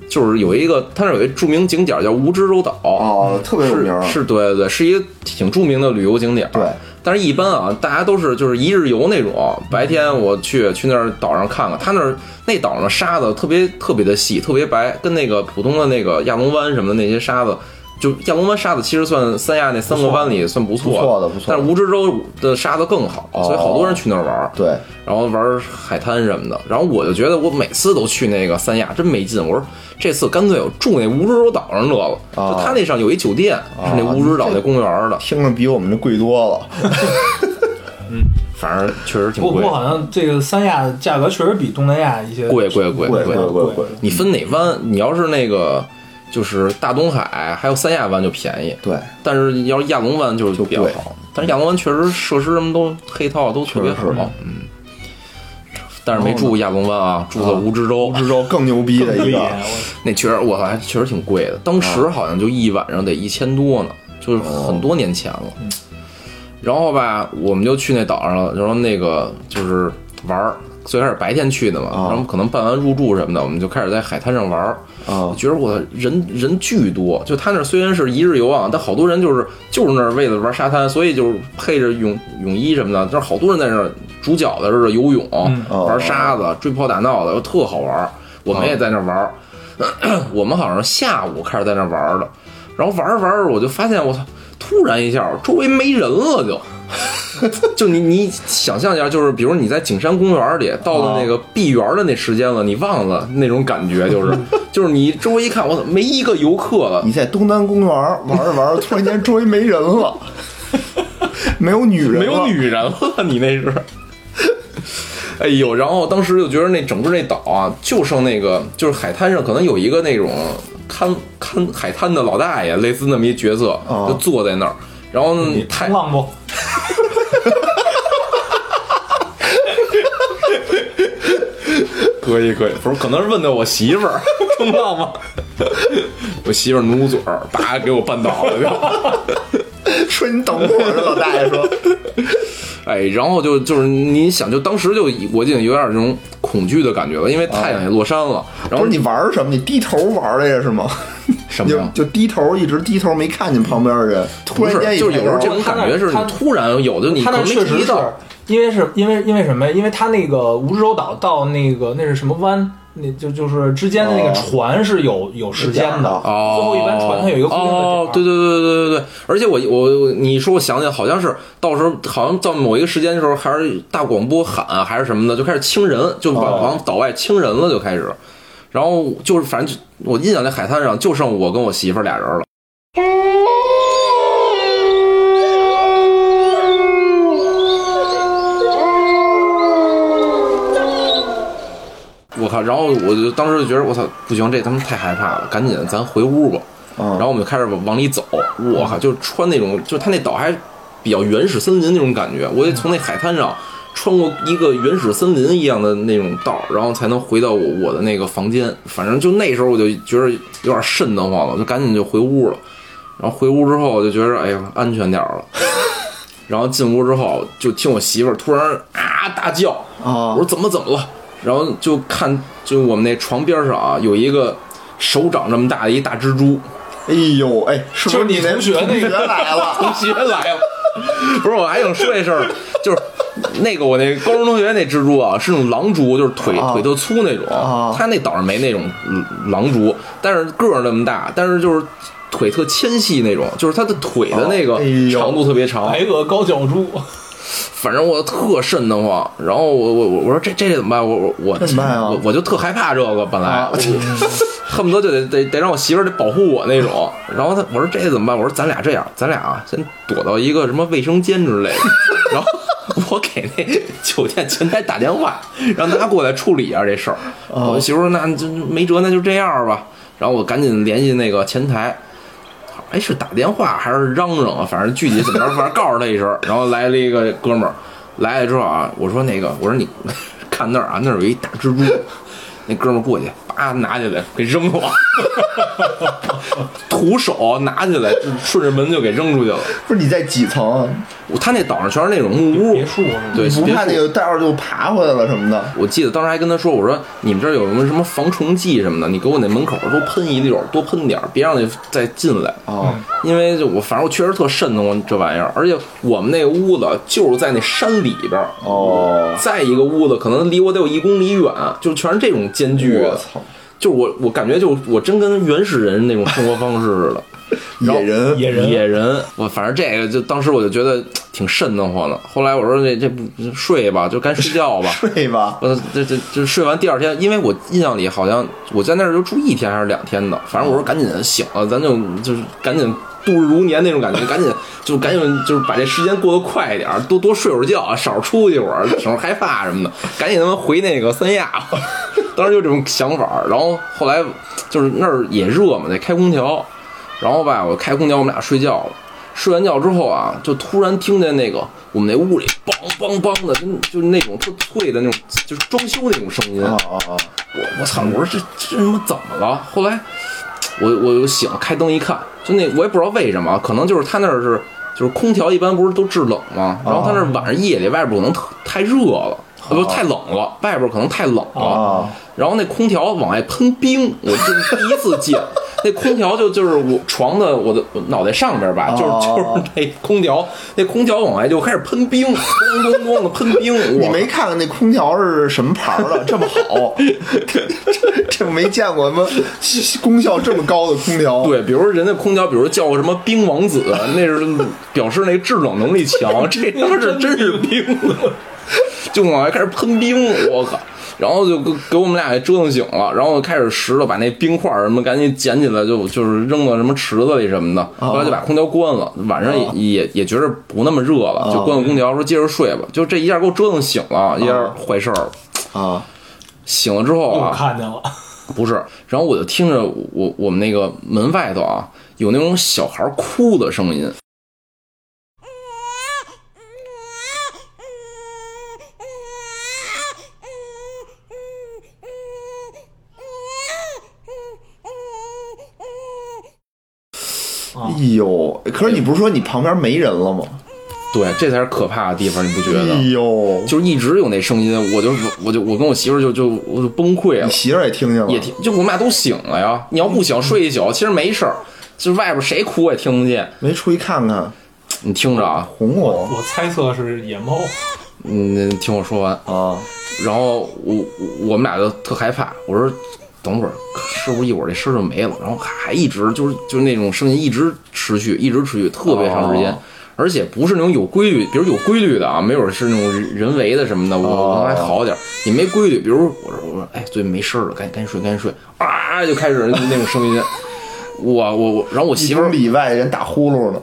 Speaker 1: 就是有一个，它那儿有一著名景点儿叫蜈支洲岛，
Speaker 2: 哦，特别有名儿，
Speaker 1: 是是，对对对，是一个挺著名的旅游景点。
Speaker 2: 对，
Speaker 1: 但是一般啊，大家都是就是一日游那种，白天我去去那儿岛上看看，它那儿那岛上沙子特别特别的细，特别白，跟那个普通的那个亚龙湾什么的那些沙子。就亚龙湾沙子其实算三亚那三个湾里算不错
Speaker 2: 不错的不错的
Speaker 1: 但是蜈支洲的沙子更好，所以好多人去那儿玩儿。
Speaker 2: 对，
Speaker 1: 然后玩海滩什么的。然后我就觉得我每次都去那个三亚真没劲，我说这次干脆我住那蜈支洲岛上得了。
Speaker 2: 啊
Speaker 1: 就他那上有一酒店是那蜈支岛那公园的，
Speaker 2: 听着比我们这贵多了。
Speaker 1: 反正确实挺
Speaker 3: 不
Speaker 1: 贵
Speaker 3: 过，好像这个三亚价格确实比东南亚一些
Speaker 1: 贵贵贵
Speaker 2: 贵贵贵贵，
Speaker 1: 你分哪湾？你要是那个就是大东海还有三亚湾就便宜，
Speaker 2: 对，
Speaker 1: 但是你要是亚龙湾就是比较
Speaker 2: 就贵
Speaker 1: 好。但是亚龙湾确实设施什么都配套啊都特别好
Speaker 2: 确实是，
Speaker 1: 嗯。但是没住亚龙湾啊，住的蜈支洲。
Speaker 2: 知道更牛逼的
Speaker 3: 贵
Speaker 2: 一
Speaker 3: 一
Speaker 2: 个
Speaker 3: 点。
Speaker 1: 那确实，我还确实挺贵的，当时好像就一晚上得一千多呢，就是很多年前了。然后吧，我们就去那岛上了，然后那个就是玩儿，最开始白天去的嘛，
Speaker 2: 啊
Speaker 1: 然后可能办完入住什么的，我们就开始在海滩上玩儿。
Speaker 2: 啊
Speaker 1: 我觉得我人人巨多，就他那儿虽然是一日游啊，但好多人就是就是那儿为了玩沙滩，所以就是配着泳泳衣什么的，就是好多人在那儿煮饺子似的游泳、
Speaker 3: 嗯
Speaker 2: 哦
Speaker 1: 玩沙子、追跑打闹的，特好玩儿。我们也在那儿玩儿， 我们好像是下午开始在那儿玩儿的，然后玩着玩着我就发现我操，突然一下周围没人了就。 就你你想象一下，就是比如你在景山公园里，到了那个闭园的那时间了，你忘了那种感觉，就是就是你周围一看，我怎么没一个游客了？
Speaker 2: 你在东南公园玩着玩着，突然间周围没人 了，没有女人，
Speaker 1: 没有，女人了，你那是。哎呦，然后当时就觉得那整个那岛啊，就剩那个就是海滩上可能有一个那种看看海滩的老大爷，类似那么一角色，
Speaker 2: 哦
Speaker 1: 就坐在那儿，然后
Speaker 3: 你
Speaker 1: 太
Speaker 3: 冲浪不？
Speaker 1: 可以可以，不是可能是问的我媳妇儿， 冲浪吗？我媳妇儿努嘴儿，叭给我绊倒了就。
Speaker 2: 说你等会儿，老大爷说，
Speaker 1: 哎，然后就就是你想，就当时就我就有点这种恐惧的感觉了，因为太阳也落山了， 然
Speaker 2: 不
Speaker 1: 后
Speaker 2: 是你玩儿什么？你低头玩儿来着是吗？
Speaker 1: 什么
Speaker 2: 就
Speaker 1: 呀？
Speaker 2: 就低头，一直低头没看见旁边的人，突
Speaker 1: 不
Speaker 2: 然
Speaker 1: 是，
Speaker 2: 间一
Speaker 1: 就是
Speaker 2: 抬
Speaker 1: 有时候这
Speaker 2: 头
Speaker 1: 种感觉是
Speaker 3: 他
Speaker 1: 你突然有的你
Speaker 3: 他
Speaker 1: 可
Speaker 3: 那
Speaker 1: 能没
Speaker 3: 确实
Speaker 1: 注意
Speaker 3: 是
Speaker 1: 到，
Speaker 3: 因为是因为因为什么呀？因为他那个蜈支洲岛到那个那是什么湾？那就就是之间的那个
Speaker 2: 哦
Speaker 3: 船是有有时间的，
Speaker 2: 有点
Speaker 1: 哦，
Speaker 3: 最后一班船它有一个固定的点儿
Speaker 1: 哦，对对对对对对，而且我我我你说我想起来，好像是到时候好像到某一个时间的时候，还是大广播喊啊还是什么的，就开始清人，就往、
Speaker 2: 哦
Speaker 1: 往岛外清人了，就开始。然后就是反正就我印象那海滩上就剩我跟我媳妇儿俩人了，
Speaker 4: Thank you.
Speaker 1: 我我靠！然后我就当时就觉得我操，不行，这他妈太害怕了，赶紧咱回屋吧。然后我们就开始往往里走，我靠，就穿那种，就他那岛还比较原始森林那种感觉，我得从那海滩上穿过一个原始森林一样的那种道，然后才能回到我我的那个房间。反正就那时候我就觉得有点瘆得慌了，我就赶紧就回屋了。然后回屋之后，我就觉得哎呀，安全点儿了。然后进屋之后，就听我媳妇儿突然啊大叫，
Speaker 2: 啊
Speaker 1: 我说怎么怎么了？然后就看就我们那床边上啊，有一个手掌这么大的一大蜘蛛，
Speaker 2: 哎呦，哎，是不
Speaker 3: 就是是你
Speaker 2: 那
Speaker 3: 同学那个
Speaker 2: 同学来了？
Speaker 1: 同学来了。不是，我还想说这事儿，就是那个我那高中同学那蜘蛛啊，是那种狼蛛，就是腿、
Speaker 2: 啊
Speaker 1: 腿特粗那种。
Speaker 2: 啊
Speaker 1: 他那岛上没那种嗯狼蛛，但是个儿那么大，但是就是腿特纤细那种，就是它的腿的那个
Speaker 2: 哎呦
Speaker 1: 长度特别长。
Speaker 3: 白额高脚蛛，
Speaker 1: 反正我特瘆得慌，然后我我我我说这这怎么办？我我我
Speaker 2: 这怎么办啊
Speaker 1: 我我就特害怕这个，本来、
Speaker 2: 啊
Speaker 1: 我 恨不得就得得得让我媳妇儿得保护我那种。然后他我说这怎么办？我说咱俩这样，咱俩啊先躲到一个什么卫生间之类的，然后我给那酒店前台打电话，让他过来处理一下这事儿。
Speaker 2: 哦
Speaker 1: 我媳妇儿说那就没辙，那就这样吧。然后我赶紧联系那个前台，哎，是打电话还是嚷嚷啊？反正具体怎么着，反正告诉他一声。然后来了一个哥们儿，来了之后啊，我说那个，我说你 看那儿啊，那儿有一大蜘蛛。那哥们儿过去，叭拿起来给扔了，徒手拿起来，就顺着门就给扔出去了。
Speaker 2: 不是你在几层啊？
Speaker 1: 他那岛上全是那种木屋
Speaker 3: 别，墅是吗？
Speaker 1: 对，
Speaker 2: 不
Speaker 1: 别
Speaker 2: 怕
Speaker 1: 墅
Speaker 2: 那个袋儿就爬回来了什么的？
Speaker 1: 我记得当时还跟他说，我说你们这儿有什么什么防虫剂什么的，你给我那门口多喷一溜儿，多喷点儿，别让那再进来。
Speaker 2: 哦，
Speaker 1: 因为就我反正我确实特慎重这玩意儿，而且我们那个屋子就是在那山里边儿，
Speaker 2: 哦，
Speaker 1: 再一个屋子可能离我得有一公里远，就全是这种间距。啊
Speaker 2: 我操，
Speaker 1: 就我我感觉就我真跟原始人那种生活方式似的。
Speaker 2: 野人
Speaker 3: 野人
Speaker 1: 野人，我反正这个就当时我就觉得挺瘆得慌的。后来我说这这不睡吧，就该睡觉吧。
Speaker 2: 睡吧，
Speaker 1: 我呃这这这睡完第二天，因为我印象里好像我在那儿就住一天还是两天的，反正我说赶紧醒了，咱就就是赶紧度日如年那种感觉，赶紧就赶紧就是把这时间过得快一点，多多睡会儿觉，啊少出去会儿，省着害怕什么的，赶紧他妈回那个三亚。当时就这种想法，然后后来就是那儿也热嘛，得开空调，然后吧，我开空调，我们俩睡觉了。睡完觉之后啊，就突然听见那个我们那屋里梆梆梆的，跟就是那种特脆的那种，就是装修那种声音。
Speaker 2: 啊啊啊！
Speaker 1: 我我操！我说这这他妈怎么了？后来我我又醒，开灯一看，就那我也不知道为什么，可能就是他那儿是就是空调一般不是都制冷吗？然后他那
Speaker 2: 哦
Speaker 1: 儿晚上夜里外边可能特太热了，呃不太冷了，外边可能太冷了
Speaker 2: 哦，
Speaker 1: 然后那空调往外喷冰，我这第一次见。 那空调就就是我床的我的我脑袋上边吧，
Speaker 2: 哦
Speaker 1: 就是就是那空调，那空调往外就开始喷冰，咣咣咣的喷冰。我
Speaker 2: 你没看看那空调是什么牌儿 的？这么好，这这没见过什么功效这么高的空调。，
Speaker 1: 对，比如人家空调，比如叫什么冰王 子，那是表示那制冷能力 强，这他妈是真是冰的， 就往外开始喷冰，我靠！然后就给给我们俩给折腾醒了，然后开始拾掇把那冰块儿什么赶紧捡起来就，就是扔到什么池子里什么的。后来就把空调关了，晚上也、也也觉着不那么热了，就关了空调，说接着睡吧。就这一下给我折腾醒了，一下坏事儿了。
Speaker 2: 啊，
Speaker 1: 醒了之后
Speaker 3: 我
Speaker 1: 啊，
Speaker 3: 看见了，
Speaker 1: 不是，然后我就听着我我们那个门外头啊，有那种小孩哭的声音，
Speaker 2: 哎呦，可是你不是说你旁边没人了吗？
Speaker 1: 对，这才是可怕的地方，你不觉
Speaker 2: 哎
Speaker 1: 得？
Speaker 2: 呦，
Speaker 1: 就是一直有那声音，我就我就我跟我媳妇儿就就我就崩溃了
Speaker 2: 你，媳妇儿也听见了，
Speaker 1: 也听就我们俩都醒了呀。你要不醒睡一宿，其实没事儿，就是外边谁哭我也听不见。
Speaker 2: 没出去看看，
Speaker 1: 你听着啊，
Speaker 2: 哄哄
Speaker 3: 我猜测是野猫，
Speaker 1: 嗯，听我说完。
Speaker 2: 啊，
Speaker 1: 然后我我我们俩就特害怕，我说等会儿是不是一会儿这声儿就没了？然后还一直就是就是那种声音一直持续，一直持续特别长时间。
Speaker 2: 哦
Speaker 1: 而且不是那种有规律，比如有规律的啊，没准是那种人人为的什么的，我我可能还好点儿。你没规律，比如我说我说哎，最近没声儿了，赶紧赶紧睡，赶紧睡啊，就开始那种声音。我我我，然后我媳
Speaker 2: 一
Speaker 1: 妇儿
Speaker 2: 公里外人打呼噜呢，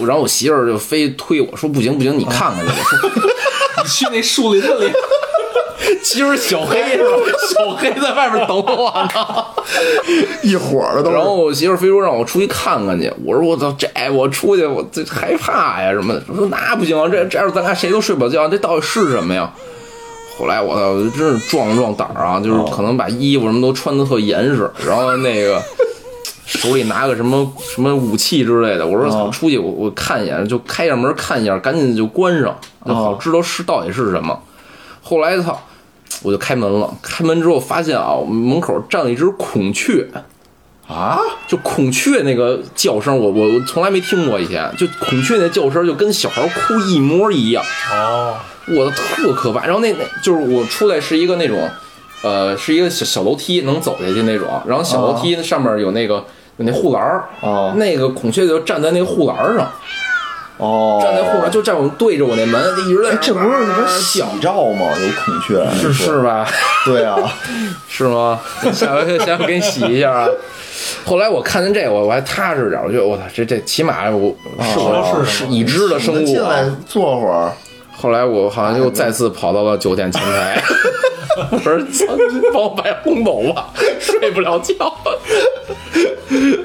Speaker 1: 我然后我媳妇儿就 非推我说不行不行，你看看去。我说
Speaker 3: 你去那树林子里，
Speaker 1: 今儿小黑是吧？小黑在外边等我呢。
Speaker 2: 一伙儿的都
Speaker 1: 然后
Speaker 2: 是。
Speaker 1: 我媳妇儿非说让我出去看看去，我说我操，这我出去我这害怕呀什么的。我说那不行，啊这这要是咱俩谁都睡不着觉，这到底是什么呀？后来我操，真是壮了壮胆儿啊，
Speaker 2: 哦
Speaker 1: 就是可能把衣服什么都穿的特严实，然后那个手里拿个什么什么武器之类的。我
Speaker 2: 哦
Speaker 1: 说操，出去我我看一眼，就开一下门看一下，赶紧就关上，就好
Speaker 2: 哦
Speaker 1: 知道是到底是什么。后来操，我就开门了，开门之后发现啊，我们门口站了一只孔雀。
Speaker 2: 啊，
Speaker 1: 就孔雀那个叫声，我我我从来没听过以前，就孔雀那叫声就跟小孩哭一模一样，
Speaker 3: 哦，
Speaker 1: 我的特可怕。然后那那就是我出来是一个那种，呃，是一个小小楼梯能走下去那种，然后小
Speaker 2: 啊
Speaker 1: 楼梯上面有那个、有那护栏儿，
Speaker 2: 哦
Speaker 1: 那个孔雀就站在那个护栏儿上，
Speaker 2: 哦，
Speaker 1: 站在护栏儿就站我对着我那门，一直在
Speaker 2: 哎这不是什么喜
Speaker 1: 叫，
Speaker 2: 兆吗？有孔雀，
Speaker 1: 是是吧？
Speaker 2: 对啊，
Speaker 1: 是吗？ 下回下回给你洗一下啊。后来我看见这个，我我还踏实点儿，我觉得我操，这这起码我是
Speaker 3: 哦
Speaker 1: 我是已知的生
Speaker 2: 你们
Speaker 1: 物
Speaker 2: 进来
Speaker 1: 啊。
Speaker 2: 坐会儿，
Speaker 1: 后来我好像又再次跑到了酒店前台， 我说操帮我把轰走吧，啊睡不了觉。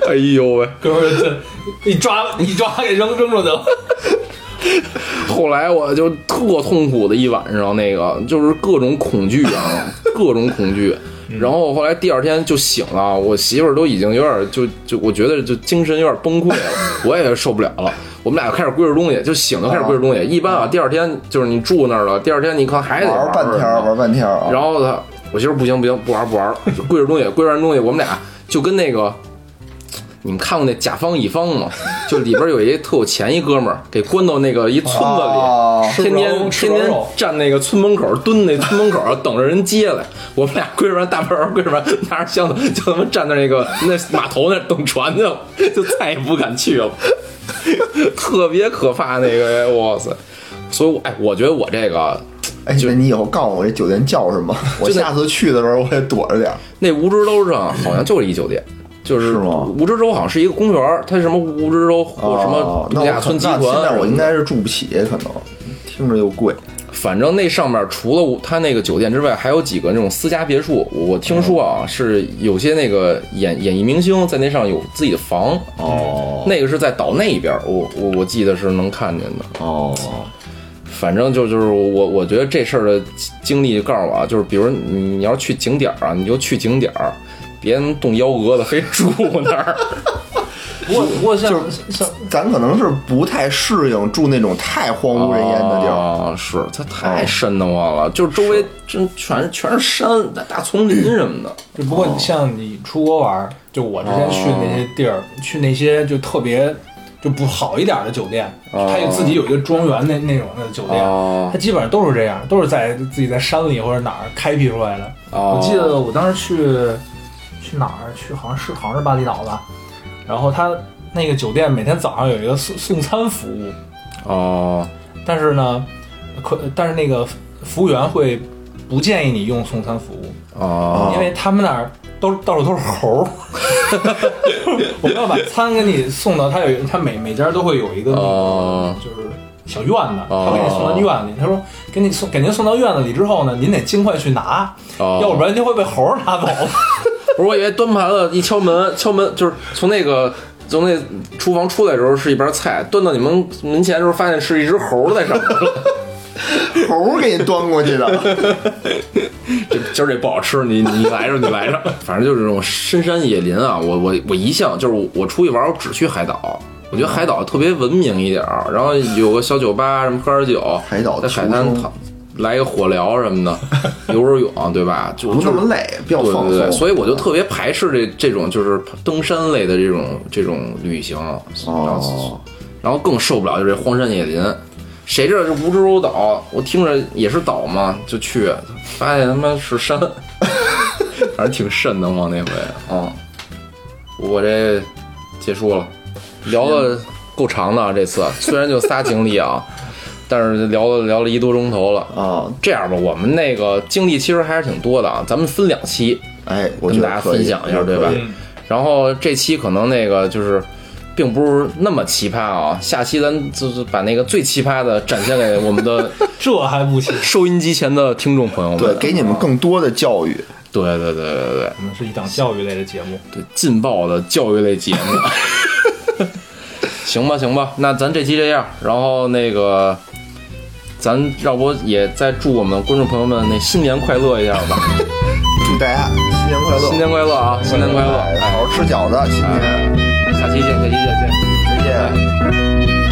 Speaker 1: 哎呦喂！
Speaker 3: 哥们儿这一抓一抓给扔扔出去了，
Speaker 1: 后来我就特痛苦的一晚上，那个就是各种恐惧 啊，各种恐惧。
Speaker 2: 嗯
Speaker 1: 然后后来第二天就醒了，我媳妇儿都已经有点就就我觉得就精神有点崩溃了， 我也受不了了。我们俩就开始归置东西，就醒就开始归置东西。一般啊，第二天就是你住那儿了，第二天你可能还得
Speaker 2: 玩
Speaker 1: 玩
Speaker 2: 半天儿，
Speaker 1: 儿
Speaker 2: 玩半天儿啊。
Speaker 1: 然后他，我媳妇儿不行不行，不玩儿不玩儿了，就跪着东西，跪着东西，我们俩就跟那个，你们看过那甲方乙方吗？就里边有一特有钱一哥们儿，给关到那个一村子里，
Speaker 2: 哦
Speaker 1: 天天
Speaker 3: 吃
Speaker 1: 天
Speaker 3: 不着肉吃不着
Speaker 1: 天
Speaker 3: 肉
Speaker 1: 站那个村门口蹲那村门口等着人接来。我们俩跪着完大板儿跪着完，拿着箱子就他妈站在那个那码头那儿等船去了，就再也不敢去了， 特别可怕那个，哇塞！所以我，哎，我觉得我这个
Speaker 2: 哎，那你以后告诉我这酒店叫 什么？我
Speaker 1: 就在
Speaker 2: 下次去的时候我也躲着点儿。
Speaker 1: 那蜈支洲上好像就是一酒店，就是
Speaker 2: 是吗
Speaker 1: 蜈支洲好像是一个公园儿，它是什么蜈支洲或什么
Speaker 2: 哦那
Speaker 1: 度
Speaker 2: 我
Speaker 1: 假
Speaker 2: 可
Speaker 1: 村集
Speaker 2: 那
Speaker 1: 团，
Speaker 2: 现在我应该是住不起，可能听着又贵。
Speaker 1: 反正那上面除了它那个酒店之外，还有几个那种私家别墅。我听说
Speaker 2: 哦
Speaker 1: 啊，是有些那个演演艺明星在那上有自己的房，
Speaker 2: 哦
Speaker 1: 那个是在岛那边儿，我我我记得是能看见的。
Speaker 2: 哦，
Speaker 1: 反正就就是我，我觉得这事儿的经历告诉我啊，就是比如你你要去景点儿啊，你就去景点儿，别动幺蛾子，非 住那儿。
Speaker 3: 不过不过像像
Speaker 2: 咱可能是不太适应住那种太荒无人烟的地儿。
Speaker 1: 啊，是它太瘆得慌了，就是周围真全是全是山、大大丛林什么的。
Speaker 3: 就不过你像你出国玩儿，就我之前去那些地儿，
Speaker 1: 哦
Speaker 3: 去那些就特别就不好一点儿的酒店，
Speaker 1: 哦
Speaker 3: 它有自己有一个庄园那那种的酒店，
Speaker 1: 哦
Speaker 3: 它基本上都是这样，都是在自己在山里或者哪儿开辟出来的。
Speaker 1: 哦
Speaker 3: 我记得我当时去去哪儿去，好像是好像是巴厘岛吧，然后它那个酒店每天早上有一个送送餐服务，
Speaker 1: 哦
Speaker 3: 但是呢，可但是那个服务员会不建议你用送餐服务。
Speaker 1: 哦
Speaker 3: 因为他们那儿都到处都是猴儿。我们要把餐给你送到，他有他每每家都会有一个那
Speaker 1: 哦
Speaker 3: 个就是小院子，
Speaker 1: 哦
Speaker 3: 他给你送到院里。他说给你送给您送到院子里之后呢，您得尽快去拿，
Speaker 1: 哦
Speaker 3: 要不然就会被猴儿拿走。
Speaker 1: 不是，我以为端盘子一敲门，敲门就是从那个从那厨房出来的时候是一盘菜，端到你们门前的时候发现是一只猴儿在上面。
Speaker 2: 猴儿给你端过 去的，
Speaker 1: 这今儿这不好吃，你你来着，你来 着。反正就是这种深山野林啊，我我我一向就是我我出去玩，我只去海岛。我觉得海岛特别文明一点儿，然后有个小酒吧，什么喝点酒，
Speaker 2: 海岛
Speaker 1: 在
Speaker 2: 的
Speaker 1: 海
Speaker 2: 求
Speaker 1: 滩
Speaker 2: 生
Speaker 1: 躺来个火疗什么 的，游游泳，对吧？就
Speaker 2: 不
Speaker 1: 就
Speaker 2: 那
Speaker 1: 是
Speaker 2: 么累，比较
Speaker 1: 对
Speaker 2: 放
Speaker 1: 对对，
Speaker 2: 松。啊
Speaker 1: 所以我就特别排斥这这种就是登山类的这种这种旅行，啊然后
Speaker 2: 哦
Speaker 1: 然后更受不了就是这荒山野林。谁知道这蜈支洲岛，我听着也是岛嘛，就去发现他妈是山， 反正挺瘆得慌那回啊、
Speaker 2: 哦
Speaker 1: 我这结束了，聊的够长的啊这次，虽然就仨经历啊， 但是聊了聊了一多钟头了。
Speaker 2: 啊，
Speaker 1: 这样吧，我们那个经历其实还是挺多的啊，咱们分两期
Speaker 2: 哎，我
Speaker 1: 跟
Speaker 2: 觉
Speaker 1: 大
Speaker 2: 得
Speaker 1: 家
Speaker 2: 可以
Speaker 1: 分享一下，对吧
Speaker 2: 可以
Speaker 3: 嗯？
Speaker 1: 然后这期可能那个就是并不是那么奇葩啊。下期咱就是把那个最奇葩的展现给我们的
Speaker 3: 这还不行，
Speaker 1: 收音机前的听众朋友们。
Speaker 2: 对，给你们更多的教育。
Speaker 1: 对对对对对
Speaker 3: 我们是一档教育类的节目。
Speaker 1: 对，劲爆的教育类节目。行吧行吧，那咱这期这样，然后那个。咱要不也再祝我们观众朋友们那新年快乐一下吧，
Speaker 2: 祝大家新年快乐，
Speaker 1: 新年快乐啊，新年快乐！
Speaker 2: 哎好
Speaker 1: 哎，
Speaker 2: 好吃饺子，新年
Speaker 1: 下期见，下期见，见。
Speaker 2: 再见。
Speaker 1: 哎